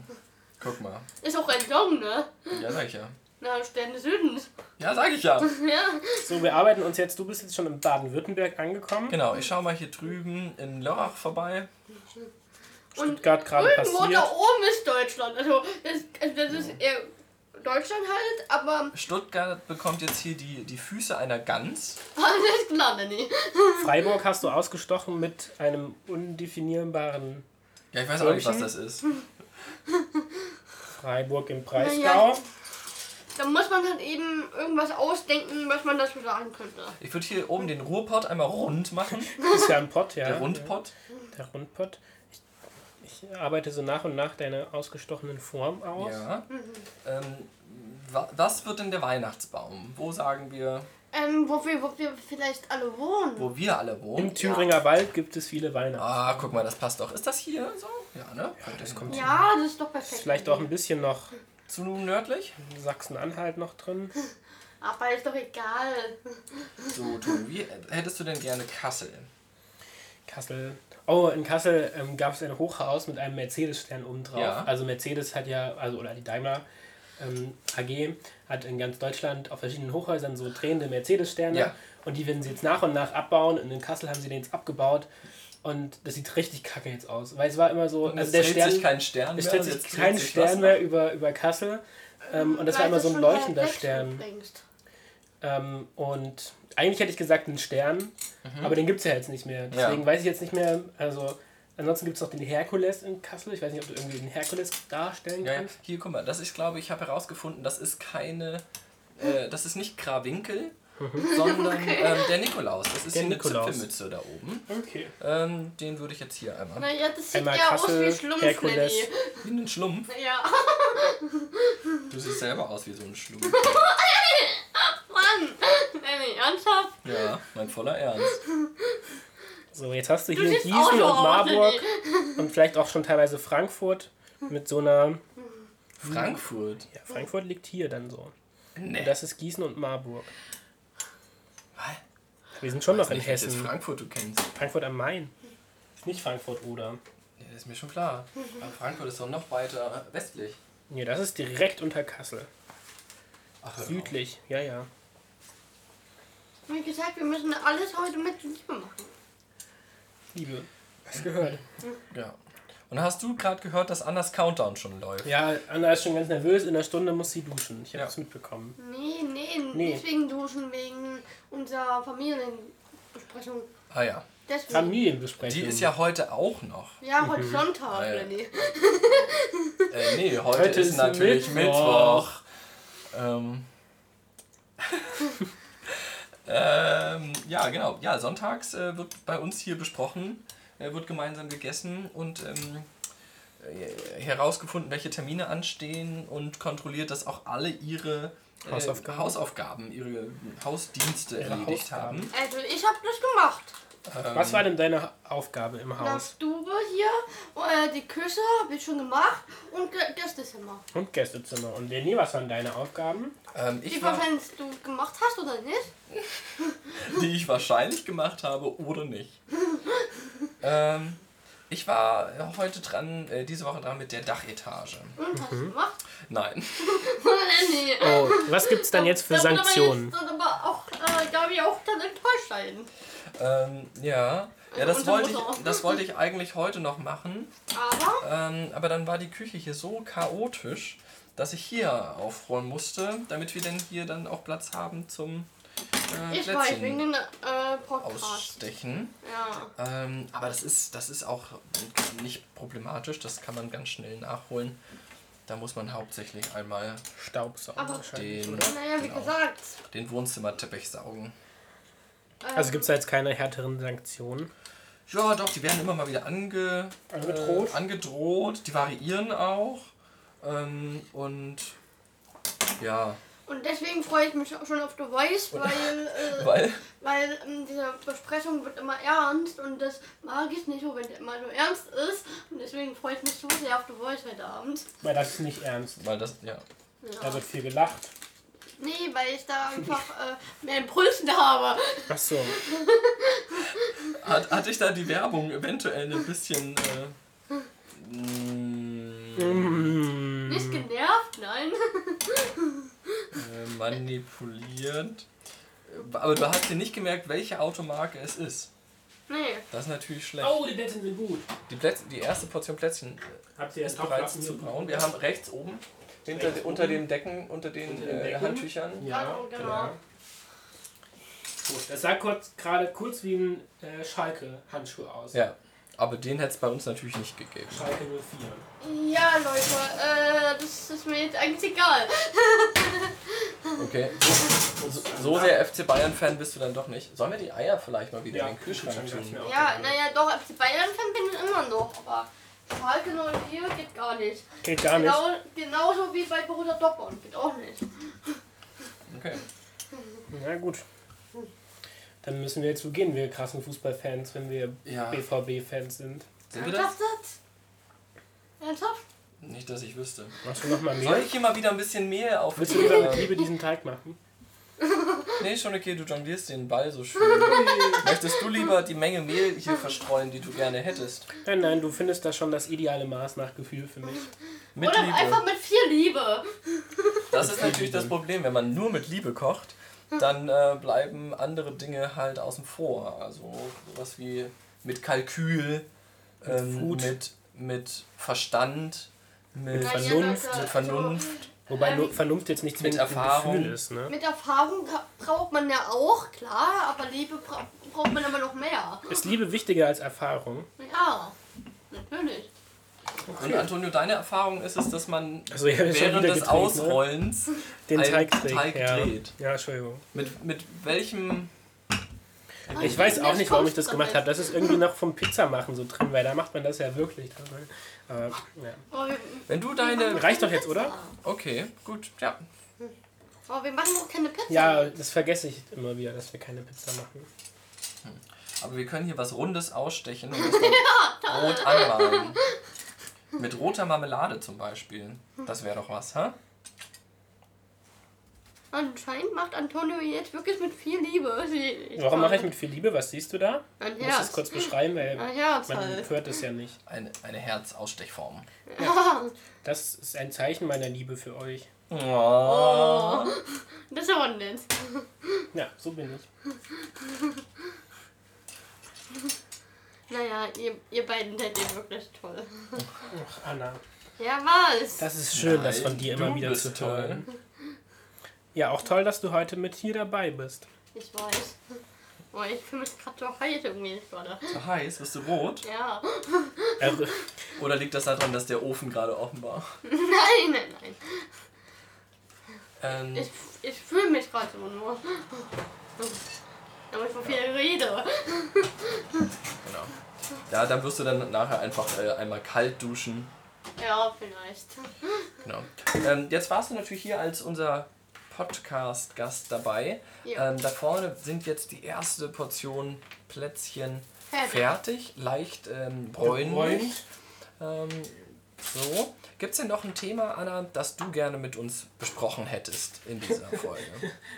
guck mal. Ist auch ein Song, ne? Ja, sag ich ja. Na, Stern des Südens. Ja, sag ich ja. Ja. So, wir arbeiten uns jetzt, du bist jetzt schon in Baden-Württemberg angekommen. Genau, ich schau mal hier drüben in Lörrach vorbei. Und Stuttgart gerade irgendwo da passiert. oben ist Deutschland. Also, das, also das ist eher Deutschland halt, aber Stuttgart bekommt jetzt hier die, die Füße einer Gans. alles klar, Nanny. Freiburg hast du ausgestochen mit einem undefinierbaren Ja, ich weiß auch nicht, was München? das ist. Freiburg im Naja. Breisgau. Da muss man halt eben irgendwas ausdenken, was man dazu sagen könnte. Ich würde hier oben den Ruhrpott einmal rund machen. Ist ja ein Pott, ja. Der Rundpott. Der Rundpott. Ich, ich arbeite so nach und nach deine ausgestochenen Form aus. Ja. Ähm, wa was wird denn der Weihnachtsbaum? Wo sagen wir, Ähm, wo wir, wo wir vielleicht alle wohnen. wo wir alle Im wohnen? Thüringer Wald gibt es viele Weihnachten. Ah, guck mal, das passt doch. Ist das hier so? Ja, ne? Könnte das hin. kommt Ja, das ist doch perfekt. Ist vielleicht auch ein bisschen noch Zu nördlich? Sachsen-Anhalt noch drin. Aber ist doch egal. So, Tobi, wie hättest du denn gerne Kassel? Kassel. Oh, in Kassel ähm, gab es ein Hochhaus mit einem Mercedes-Stern oben drauf. Ja. Also Mercedes hat ja, also oder die Daimler ähm, AG hat in ganz Deutschland auf verschiedenen Hochhäusern so drehende Mercedes-Sterne. Ja. Und die werden sie jetzt nach und nach abbauen. Und in Kassel haben sie den jetzt abgebaut. Und das sieht richtig kacke jetzt aus. Weil es war immer so, Und also es der dreht Stern, sich kein Stern mehr. es dreht und sich jetzt dreht kein sich was. Stern mehr über, über Kassel. Ähm, und das war Hm, immer Weil so ein schon leuchtender halb rechts Stern. denkst. Ähm, und eigentlich hätte ich gesagt einen Stern, aber den gibt es ja jetzt nicht mehr. Deswegen Mhm. Ja. weiß ich jetzt nicht mehr. Also, ansonsten gibt es noch den Herkules in Kassel. Ich weiß nicht, ob du irgendwie den Herkules darstellen Ja, ja. kannst. Hier, guck mal, das ist, glaube ich, habe herausgefunden, das ist keine, äh, das ist nicht Krawinkel, sondern ähm, der Nikolaus. Das ist Mhm. Der hier eine Nikolaus. Zipfelmütze da oben. Okay. Ähm, den würde ich jetzt hier einmal Na ja, das sieht Einmal eher Kassel, aus wie Herkules. Schlumpfnelli. in den Schlumpf. Ja, Du siehst selber aus wie so ein Schlumpf. Mann! Nelly, ernsthaft? Ja, mein voller Ernst. So, jetzt hast du Du hier siehst auch Gießen so und aus, Marburg Nelly. und vielleicht auch schon teilweise Frankfurt mit so einer. Frankfurt. Ja, Frankfurt liegt hier dann so. Nee. Und das ist Gießen und Marburg. Was? Wir sind schon noch in Nicht, welches Hessen. Frankfurt du kennst. Frankfurt am Main. Ist nicht Frankfurt oder? Ja, das ist mir schon klar. Aber Frankfurt ist doch noch weiter westlich. Nee, das ist direkt unter Kassel. Ach, Südlich, ja, ja. Wie gesagt, wir müssen alles heute mit Liebe machen. Liebe. Hast gehört. Ja. Und hast du gerade gehört, dass Annas Countdown schon läuft? Ja, Anna ist schon ganz nervös. In der Stunde muss sie duschen. Ich habe Ja. es mitbekommen. Nee, nee, Nee. nicht wegen Duschen, wegen unserer Familienbesprechung. Ah ja. Deswegen. Familienbesprechung. Die ist ja heute auch noch. ja, heute Sonntag, Ah, ja. Nelly. Äh, nee, heute, Heute ist, ist natürlich Mittwoch. Mittwoch. Ähm. ähm, ja, genau. Ja, sonntags äh, wird bei uns hier besprochen, äh, wird gemeinsam gegessen und ähm, äh, herausgefunden, welche Termine anstehen und kontrolliert, dass auch alle ihre äh, Hausaufgaben. Hausaufgaben, ihre Hausdienste Ihre erledigt Hausaufgaben. haben. Also, ich hab das gemacht. Was war denn deine Aufgabe im Na, Haus? Stube hier, äh, die Küche habe ich schon gemacht und Gä- Gästezimmer. Und Gästezimmer. Und Lenny, was waren deine Aufgaben? Ähm, Die ich war, wahrscheinlich du gemacht hast oder nicht? die ich wahrscheinlich gemacht habe oder nicht. ähm, ich war heute dran, äh, diese Woche dran mit der Dachetage. Und hast du Mhm. gemacht? Nein. Nelly. Oh, was gibt's dann jetzt für Da wird aber Sanktionen? Jetzt, wird aber auch, äh, Gabi auch dann enttäuscht sein. Ähm, ja. Ja, das Unsere wollte, Mutter. ich, das wollte ich eigentlich heute noch machen. Aber Ähm, aber dann war die Küche hier so chaotisch, dass ich hier aufräumen musste, damit wir denn hier dann auch Platz haben zum äh, ich weiß, wegen Plätzchen den äh, Podcast. ausstechen. Ja. Ähm, aber das ist, das ist auch nicht problematisch, das kann man ganz schnell nachholen. Da muss man hauptsächlich einmal Staubsaugen Aber- wahrscheinlich, den, oder? Naja, wie Genau. gesagt. den Wohnzimmerteppich saugen. Ähm, Also gibt's da jetzt keine härteren Sanktionen? Ja, doch, die werden immer mal wieder ange, Angedroht? Äh, angedroht. Die variieren auch. Ähm, und ja, Und deswegen freue ich mich auch schon auf The Voice, weil, äh, weil weil ähm, diese Besprechung wird immer ernst und das mag ich nicht, so, wenn der immer so ernst ist. Und deswegen freue ich mich so sehr auf The Voice heute Abend. Weil das ist nicht ernst. weil das ja. Ja. Da wird viel gelacht. Nee, weil ich da einfach äh, mehr Impulsen habe. Ach so. Hat, hatte ich da die Werbung eventuell ein bisschen äh, mm, Hm. Nicht genervt, nein. äh, manipuliert? Aber du hast dir nicht gemerkt, welche Automarke es ist. Nee. Das ist natürlich schlecht. Oh, die Plätzchen sind gut. Die, Plätz, die erste Portion Plätzchen Habt ihr ist jetzt auch bereits Waffen zu hier? braun. Wir haben rechts oben, hinter, Rechts unter oben? den Decken, unter den, Unter den äh, Decken? Handtüchern. Ja, Ja, genau. genau. Gut, das sah kurz, gerade kurz wie ein äh, Schalke-Handschuh aus. Ja, aber den hätte es bei uns natürlich nicht gegeben. Schalke 04. Ja, Leute, äh, das ist mir jetzt eigentlich egal. Okay. So, so sehr FC Bayern-Fan bist du dann doch nicht. Sollen wir die Eier vielleicht mal wieder Ja, in den Kühlschrank Kühlschrank kann's mir tun? auch Ja, geben. naja, doch, FC Bayern-Fan bin ich immer noch, aber Schalke 04 geht gar nicht. Geht gar nicht. Genau, genauso wie bei Borussia Dortmund, geht auch nicht. Okay. Na gut. Dann müssen wir jetzt so gehen, wir krassen Fußballfans, wenn wir Ja. BVB-Fans sind. Sind wir das? das? Ernsthaft? Nicht, dass ich wüsste. Machst du nochmal Soll mehr? ich hier mal wieder ein bisschen Mehl auf? Willst du lieber mit Liebe diesen Teig machen? Nee, schon okay, du jonglierst den Ball so schön. Möchtest du lieber die Menge Mehl hier verstreuen, die du gerne hättest? Nein, nein, du findest da schon das ideale Maß nach Gefühl für mich. Mit Oder einfach Liebe. mit viel Liebe. Das ist natürlich das Problem. Wenn man nur mit Liebe kocht, dann äh, bleiben andere Dinge halt außen vor. Also sowas wie mit Kalkül, ähm, Food. mit, mit Verstand, Nein, mit, Vernunft, ja, Vernunft, also- mit Vernunft. Wobei Ähm, nur Vernunft jetzt nicht zwingend Erfahrung. ein Gefühl ist. Ne? Mit Erfahrung ka- braucht man ja auch, klar, aber Liebe bra braucht man immer noch mehr. Ist Liebe wichtiger als Erfahrung? Ja, natürlich. Und Antonio, deine Erfahrung ist es, dass man Also, ja, schon während wieder des gedreht, ne? Ausrollens Den einen Teig trägt. ja. dreht. ja, Entschuldigung. Mit, mit welchem. Oh, Ich weiß auch nicht, warum ich das Kommst gemacht damit. habe. Das ist irgendwie noch vom Pizzamachen so drin, weil da macht man das ja wirklich. Aber, ja. Aber wir, Wenn du deine. Reicht doch jetzt, oder? Okay, gut, ja. aber wir machen auch keine Pizza. Ja, das vergesse ich immer wieder, dass wir keine Pizza machen. Aber wir können hier was Rundes ausstechen und das mit Rot anmalen. Mit roter Marmelade zum Beispiel. Das wäre doch was, ha? Anscheinend macht Antonio jetzt wirklich mit viel Liebe. Sie- Warum mache ich mit viel Liebe? Was siehst du da? Ein Du musst es Herz. kurz beschreiben, Ein weil Herz man halt. hört es ja nicht. Eine, eine Herzausstechform. Das ist ein Zeichen meiner Liebe für euch. Oh. Das ist aber nett. Ja, so bin ich. Naja, ihr, ihr beiden seid ihr wirklich toll. Ach, Anna. Ja, was? Das ist schön, das Nein, von dir du immer wieder bist zu hören. Ja, auch toll, dass du heute mit hier dabei bist. Ich weiß. Oh, ich fühle mich gerade so heiß irgendwie gerade. So heiß, wirst du rot? Ja. Äh, Oder liegt das daran, dass der Ofen gerade offen war? Nein, nein, nein. Ähm, Ich, ich fühle mich gerade so nur. Aber ich war viel Rede. Genau. Ja, dann wirst du dann nachher einfach äh, einmal kalt duschen. Ja, vielleicht. Genau. Ähm, jetzt warst du natürlich hier als unser Podcast-Gast dabei. Ja. Ähm, da vorne sind jetzt die erste Portion Plätzchen Fertig. fertig, leicht ähm, bräunlich. Ähm, so. Gibt es denn noch ein Thema, Anna, das du gerne mit uns besprochen hättest in dieser Folge?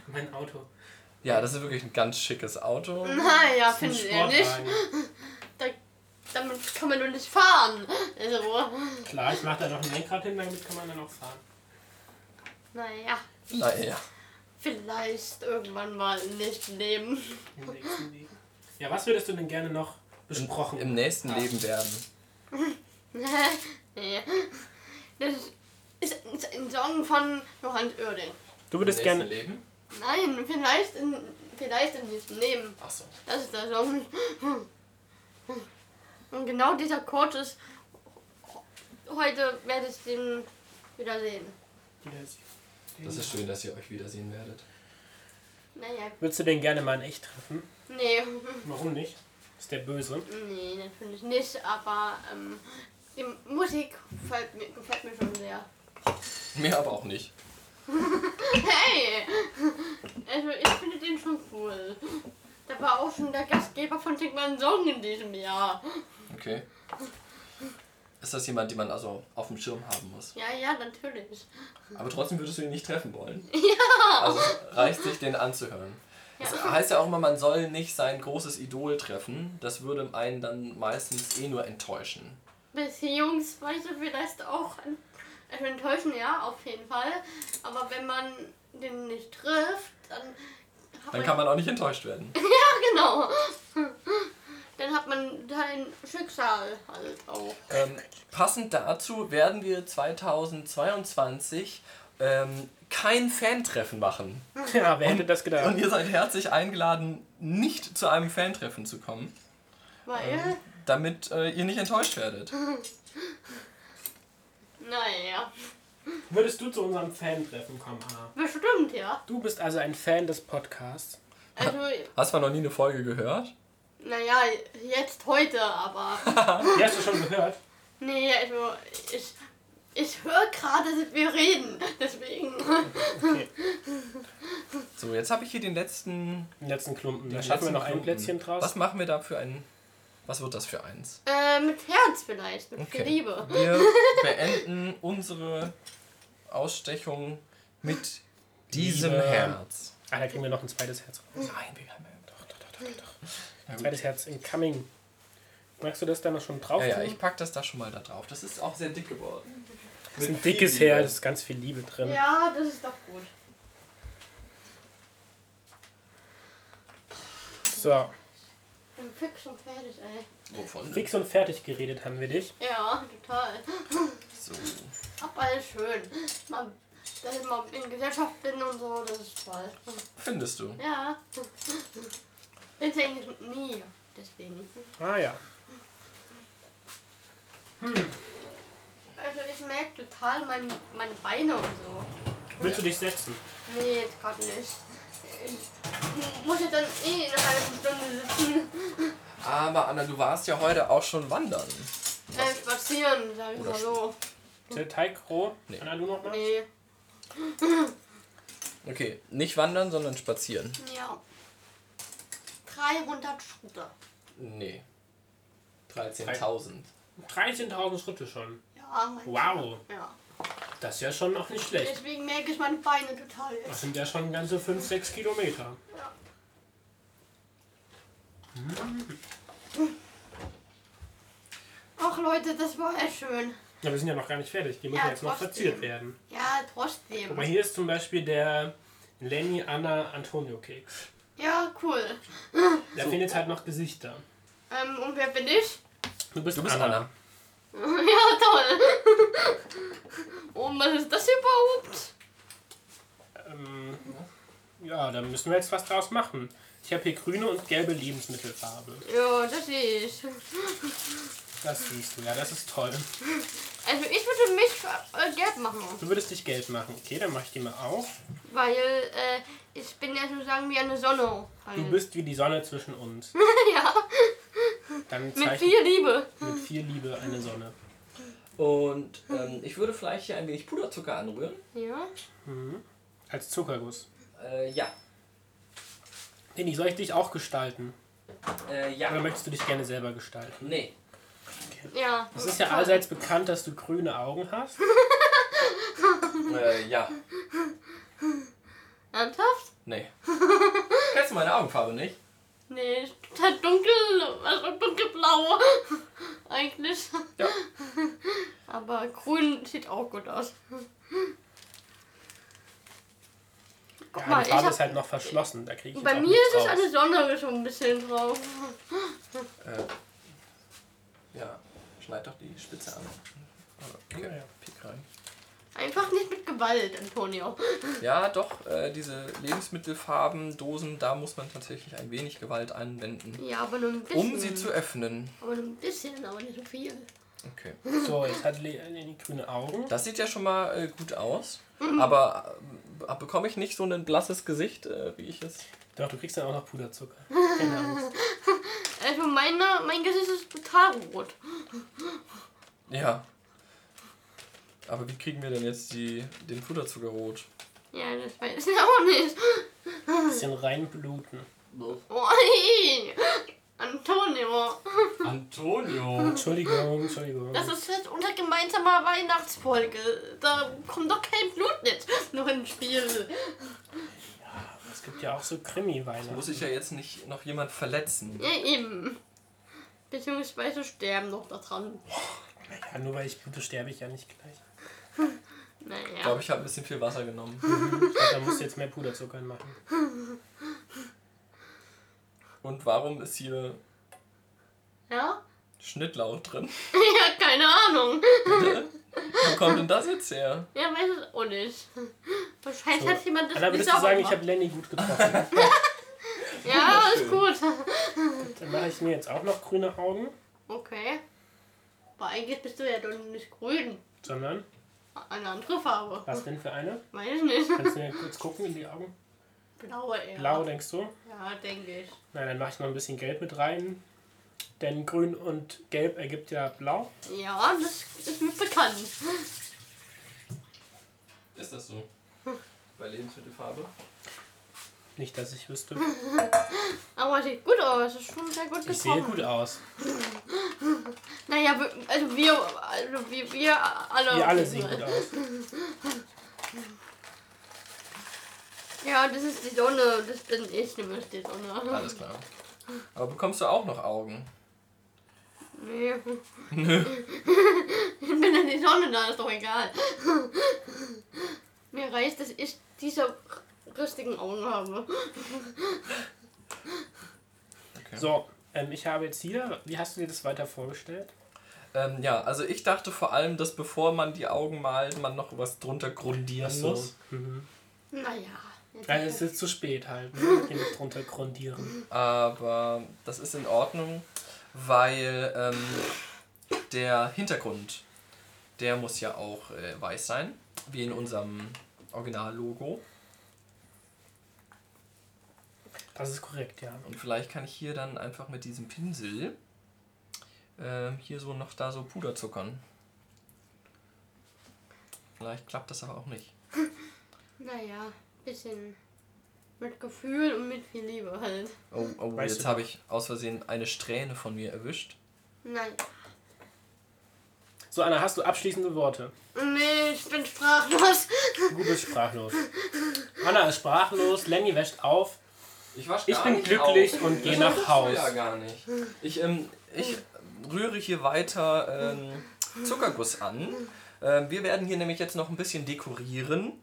Mein Auto. ja, das ist wirklich ein ganz schickes Auto. Naja, Ein finde ich nicht. Sportwagen. Da, damit kann man nur nicht fahren. Also, Klar, ich mache da noch ein Lenkrad hin, damit kann man dann auch fahren. naja. Naja. Vielleicht irgendwann mal nicht leben. Im nächsten Leben. Ja, was würdest du denn gerne noch besprochen? Im nächsten Leben werden. Nee. das ist ist ein Song von Johannes Oerding. Du würdest Im nächsten gerne. Leben? Nein, vielleicht in, vielleicht in diesem Leben. Achso. Das ist der Song. Und genau dieser Chord ist. Heute werde ich den wiedersehen. Das ist schön, dass ihr euch wiedersehen werdet. Naja, Würdest du den gerne mal in echt treffen? nee. Warum nicht? Ist der böse? Nee, natürlich nicht, aber ähm, die Musik gefällt mir, gefällt mir schon sehr. Mir aber auch nicht. Hey! Also ich finde den schon cool. Da war auch schon der Gastgeber von Sing meinen Song in diesem Jahr. Okay. Ist das jemand, den man also auf dem Schirm haben muss? Ja, ja, natürlich. Aber trotzdem würdest du ihn nicht treffen wollen. Ja! Also es reicht sich, den anzuhören. Es heißt ja auch immer, man soll nicht sein großes Idol treffen. Das würde einen dann meistens eh nur enttäuschen. Beziehungsweise vielleicht auch ein- also enttäuschen, ja, auf jeden Fall. Aber wenn man den nicht trifft, dann hat Dann kann man auch nicht enttäuscht werden. Ja, genau. Dann hat man sein Schicksal halt auch. Ähm, passend dazu werden wir 2022 ähm, kein Fantreffen machen. Ja, wer hätte das Und gedacht? ihr seid herzlich eingeladen, nicht zu einem Fantreffen zu kommen. Weil, damit äh, ihr nicht enttäuscht werdet. Ähm. naja, Würdest du zu unserem Fan-Treffen kommen, Anna? bestimmt, ja. Du bist also ein Fan des Podcasts. Also, Hast du noch nie eine Folge gehört? naja, jetzt heute, aber. Die hast du schon gehört. Nee, also ich, ich höre gerade, dass wir reden. Deswegen. So, jetzt habe ich hier den letzten. Den letzten Klumpen. Da den schaffen wir letzten noch ein Klumpen. Plätzchen draus. Was machen wir da für ein. Was wird das für eins? Äh, mit Herz vielleicht, mit viel Liebe. Wir beenden unsere Ausstechung mit diesem Liebe. Herz. Ah, da kriegen wir noch ein zweites Herz. Nein, wir haben doch, doch, doch, doch, doch. Ja, gut. Zweites Herz incoming. Magst du das da noch schon drauf ja, ja, tun? ich packe das da schon mal da drauf. Das ist auch sehr dick geworden. Das ist ein dickes Herd, das ist ganz viel Liebe drin. Ja, das ist doch gut. So, Ich bin fix und fertig, ey. Wovon? denn? fix und fertig geredet haben wir dich. Ja, total. So. Aber alles schön. Man, dass ich mal in Gesellschaft bin und so, das ist toll. Findest du? Ja. Bin ich eigentlich nie. Deswegen. Ah ja. Also ich merke total mein, meine Beine und so. Willst du dich setzen? Nee, jetzt gerade nicht. Ich muss jetzt dann eh in einer halben Stunde sitzen. Aber Anna, du warst ja heute auch schon wandern. Äh, spazieren, sag ich Oder mal so. Der Teig roh? Nee. Anna, du nochmal? Nee. Okay, nicht wandern, sondern spazieren. Ja. 300 Schritte. Nee. 13.000. 13.000 Schritte schon. Ja, mein Wow, Ja. das ist ja schon noch nicht schlecht. Deswegen merke ich meine Beine total Das jetzt. sind ja schon ganze 5, 6 Kilometer. Ach Leute, das war echt schön. Ja, wir sind ja noch gar nicht fertig. Die müssen Ja, jetzt noch trotzdem. verziert werden. Ja, Guck mal, trotzdem. hier ist zum Beispiel der Lenny Anna Antonio Keks. Ja, cool. Da fehlen jetzt halt noch Gesichter. Ähm, und wer bin ich? Du bist Anna. Ja, toll. Und was ist das überhaupt? Ähm, ja, da müssen wir jetzt was draus machen. Ich habe hier grüne und gelbe Lebensmittelfarbe. Ja, das sehe ich. Das siehst du, ja, das ist toll. Also ich würde mich äh, gelb machen, Du würdest dich gelb machen. Okay, dann mache ich die mal auf. weil äh, ich bin ja sozusagen wie eine Sonne. Halt. Du bist wie die Sonne zwischen uns. ja, Dann mit zeichne viel Liebe. mit viel Liebe eine Sonne. Und ähm, ich würde vielleicht hier ein wenig Puderzucker anrühren. Ja. Als Zuckerguss. Äh, ja. Penny, soll ich dich auch gestalten? Oder Äh, ja. möchtest du dich gerne selber gestalten? Nee. Ja. Es ist ja allseits bekannt, dass du grüne Augen hast. Äh, ja. Ernsthaft? Nee. Kennst du meine Augenfarbe nicht? Nee, ist total dunkel, also dunkelblau. Eigentlich. Ja. Aber grün sieht auch gut aus. Guck Ja, mal, die ich Farbe ist hab, halt noch verschlossen. Da krieg ich jetzt bei auch mir nichts ist es raus. eine Sonne schon ein bisschen drauf. Äh, ja. Schneid doch die Spitze an. Ja, ja. Pick rein. Einfach nicht mit Gewalt, Antonio. Ja, doch, äh, diese Lebensmittelfarben, Dosen, da muss man tatsächlich ein wenig Gewalt anwenden, Ja, aber nur ein bisschen. um sie zu öffnen. aber nur ein bisschen, aber nicht so viel. Okay. So, jetzt hat Le- Lenny grüne Augen. Das sieht ja schon mal äh, gut aus, aber äh, bekomme ich nicht so ein blasses Gesicht, äh, wie ich es. Doch, du kriegst dann auch noch Puderzucker. Keine Angst. Also meine, mein Gesicht ist total rot. Ja. Aber wie kriegen wir denn jetzt die, den Puderzucker rot? Ja, das weiß ich auch nicht. Bisschen reinbluten. Oh, ey. Antonio, Antonio! Entschuldigung, Entschuldigung. das ist jetzt unser gemeinsamer Weihnachtsfolge. Da kommt doch kein Blut jetzt noch ins Spiel. Es gibt ja auch so Krimi-Weine. Muss ich ja jetzt nicht noch jemand verletzen? Ja, eben. Beziehungsweise sterben noch daran. Ja, nur weil ich blute, sterbe ich ja nicht gleich. Ich Naja. glaube, ich habe ein bisschen viel Wasser genommen. Ich glaub, da musst du jetzt mehr Puderzucker machen. Und warum ist hier Ja? Schnittlauch drin? Ja, keine Ahnung. Wo kommt denn das jetzt her? Ja, weiß es auch nicht. Wahrscheinlich So. hat jemand das Anna, nicht würdest du sauber sagen, ich habe gemacht. Lenny gut getroffen? Ja, ist gut. Dann mache ich mir jetzt auch noch grüne Augen, Okay. Aber eigentlich bist du ja doch nicht grün. sondern Eine andere Farbe. was denn für eine? Weiß ich nicht. Kannst du mir kurz gucken in die Augen? Blaue eher. Blau, denkst du? Ja, denke ich. Nein, dann mache ich noch ein bisschen Gelb mit rein. Denn grün und gelb ergibt ja blau. Ja, das ist mir bekannt. Ist das so? Bei Lebensmittelfarbe? Nicht, dass ich wüsste. Aber sieht gut aus. Ist schon sehr gut Ich sehe gekommen. gut aus. Naja, wir- also wir, also wir, wir alle. Wir alle sehen gut aus. Ja, das ist die Sonne. Das bin ich nämlich die Sonne. Alles klar. Aber bekommst du auch noch Augen? Nee. Ich bin in die Sonne da, ist doch egal. Mir reicht, dass ich diese rüstigen Augen habe. So, ähm, ich habe jetzt hier, wie hast du dir das weiter vorgestellt? Ähm, ja, also ich dachte vor allem, dass bevor man die Augen malt, man noch was drunter grundieren Achso. muss. Naja. jetzt- Also es ist zu spät halt, ne? Man kann nicht drunter grundieren. Aber das ist in Ordnung, weil ähm, der Hintergrund, der muss ja auch äh, weiß sein, wie in unserem Originallogo. Das ist korrekt, ja. Und vielleicht kann ich hier dann einfach mit diesem Pinsel ähm, hier so noch da so Puder zuckern. Vielleicht klappt das aber auch nicht. Naja, bisschen mit Gefühl und mit viel Liebe halt. Oh, oh Weißt jetzt du- habe ich aus Versehen eine Strähne von mir erwischt. Naja. So, Anna, hast du abschließende Worte? Nee, ich bin sprachlos. Du bist sprachlos. Anna ist sprachlos, Lenny wäscht auf. Ich, wasch Ich gar bin nicht glücklich auf. und geh Das nach willst du Haus. Ja gar nicht. Ich, ähm, ich rühre hier weiter ähm, Zuckerguss an. Ähm, wir werden hier nämlich jetzt noch ein bisschen dekorieren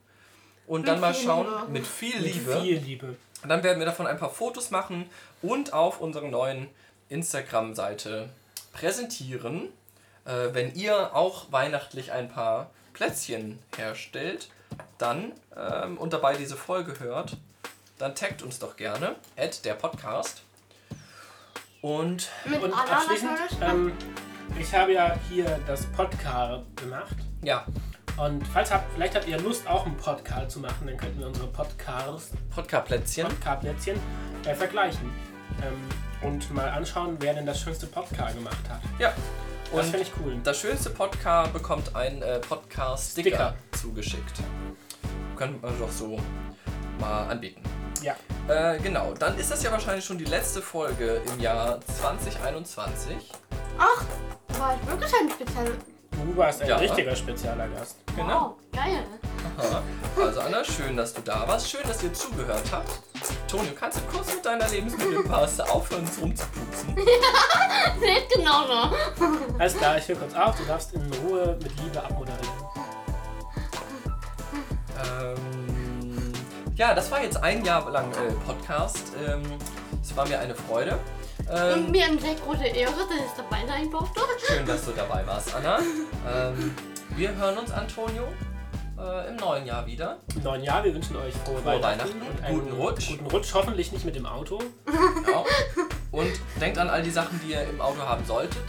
und dann mal viel schauen Liebe. mit viel Mit Liebe. Viel Liebe. Und dann werden wir davon ein paar Fotos machen und auf unserer neuen Instagram-Seite präsentieren. Äh, wenn ihr auch weihnachtlich ein paar Plätzchen herstellt, dann ähm, und dabei diese Folge hört, dann taggt uns doch gerne at der Podcast. Und Mit Und Anna abschließend, natürlich. ähm, ich habe ja hier das Podcast gemacht. ja, Und falls habt, vielleicht habt ihr Lust, auch einen Podcast zu machen, dann könnten wir unsere Podcasts Podcast-Plätzchen. Hm? Podcast-Plätzchen äh, vergleichen. Ähm, und mal anschauen, wer denn das schönste Podcast gemacht hat. Ja. Das Und finde ich cool. das schönste Podcast bekommt einen äh, Podcast-Sticker Sticker. zugeschickt. Können wir doch so mal anbieten. Ja. Äh, genau, dann ist das ja wahrscheinlich schon die letzte Folge im Jahr 2021. Ach, war ich wirklich ein Spezial. Du warst ein Ja. richtiger spezieller Gast. Genau. Wow, geil. Aha. Also Anna, schön, dass du da warst. Schön, dass ihr zugehört habt. Tonio, kannst du kurz mit deiner Lebensmittelpaste aufhören, rumzuputzen? Seht genau so. Alles klar, ich höre kurz auf. Du darfst in Ruhe mit Liebe abmoderieren. ähm, ja, das war jetzt ein Jahr lang äh, Podcast. Ähm, es war mir eine Freude. Und Ähm, mir eine sehr große Ehre, dass ich dabei sein durfte. schön, dass du dabei warst, Anna. Ähm, wir hören uns, Antonio, äh, im neuen Jahr wieder. Im neuen Jahr, wir wünschen euch frohe, Weihnachten, Weihnachten, und einen guten Rutsch. Guten Rutsch, hoffentlich nicht mit dem Auto. Genau. Und denkt an all die Sachen, die ihr im Auto haben solltet,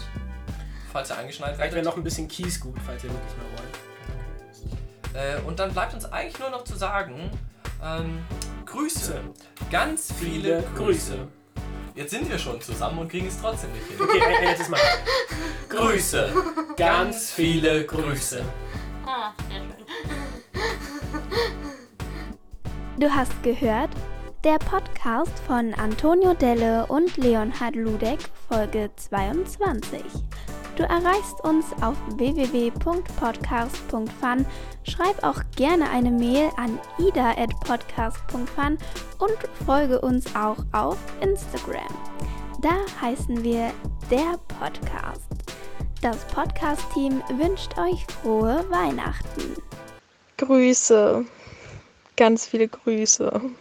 falls ihr eingeschneit Vielleicht wäre werdet. noch ein bisschen Kies gut, falls ihr wirklich mal wollt. Äh, und dann bleibt uns eigentlich nur noch zu sagen, ähm, Grüße. Ganz viele, Viele Grüße. Jetzt sind wir schon zusammen und kriegen es trotzdem nicht hin. Okay, ein letztes Mal. Grüße. Ganz viele Grüße. Ah, sehr schön. Du hast gehört, der Podcast von Antonio Delle und Leonhard Ludeck, Folge 22. Du erreichst uns auf www.podcast.fun. Schreib auch gerne eine Mail an ida.podcast.fun und folge uns auch auf Instagram. Da heißen wir der Podcast. Das Podcast-Team wünscht euch frohe Weihnachten. Grüße. Ganz viele Grüße.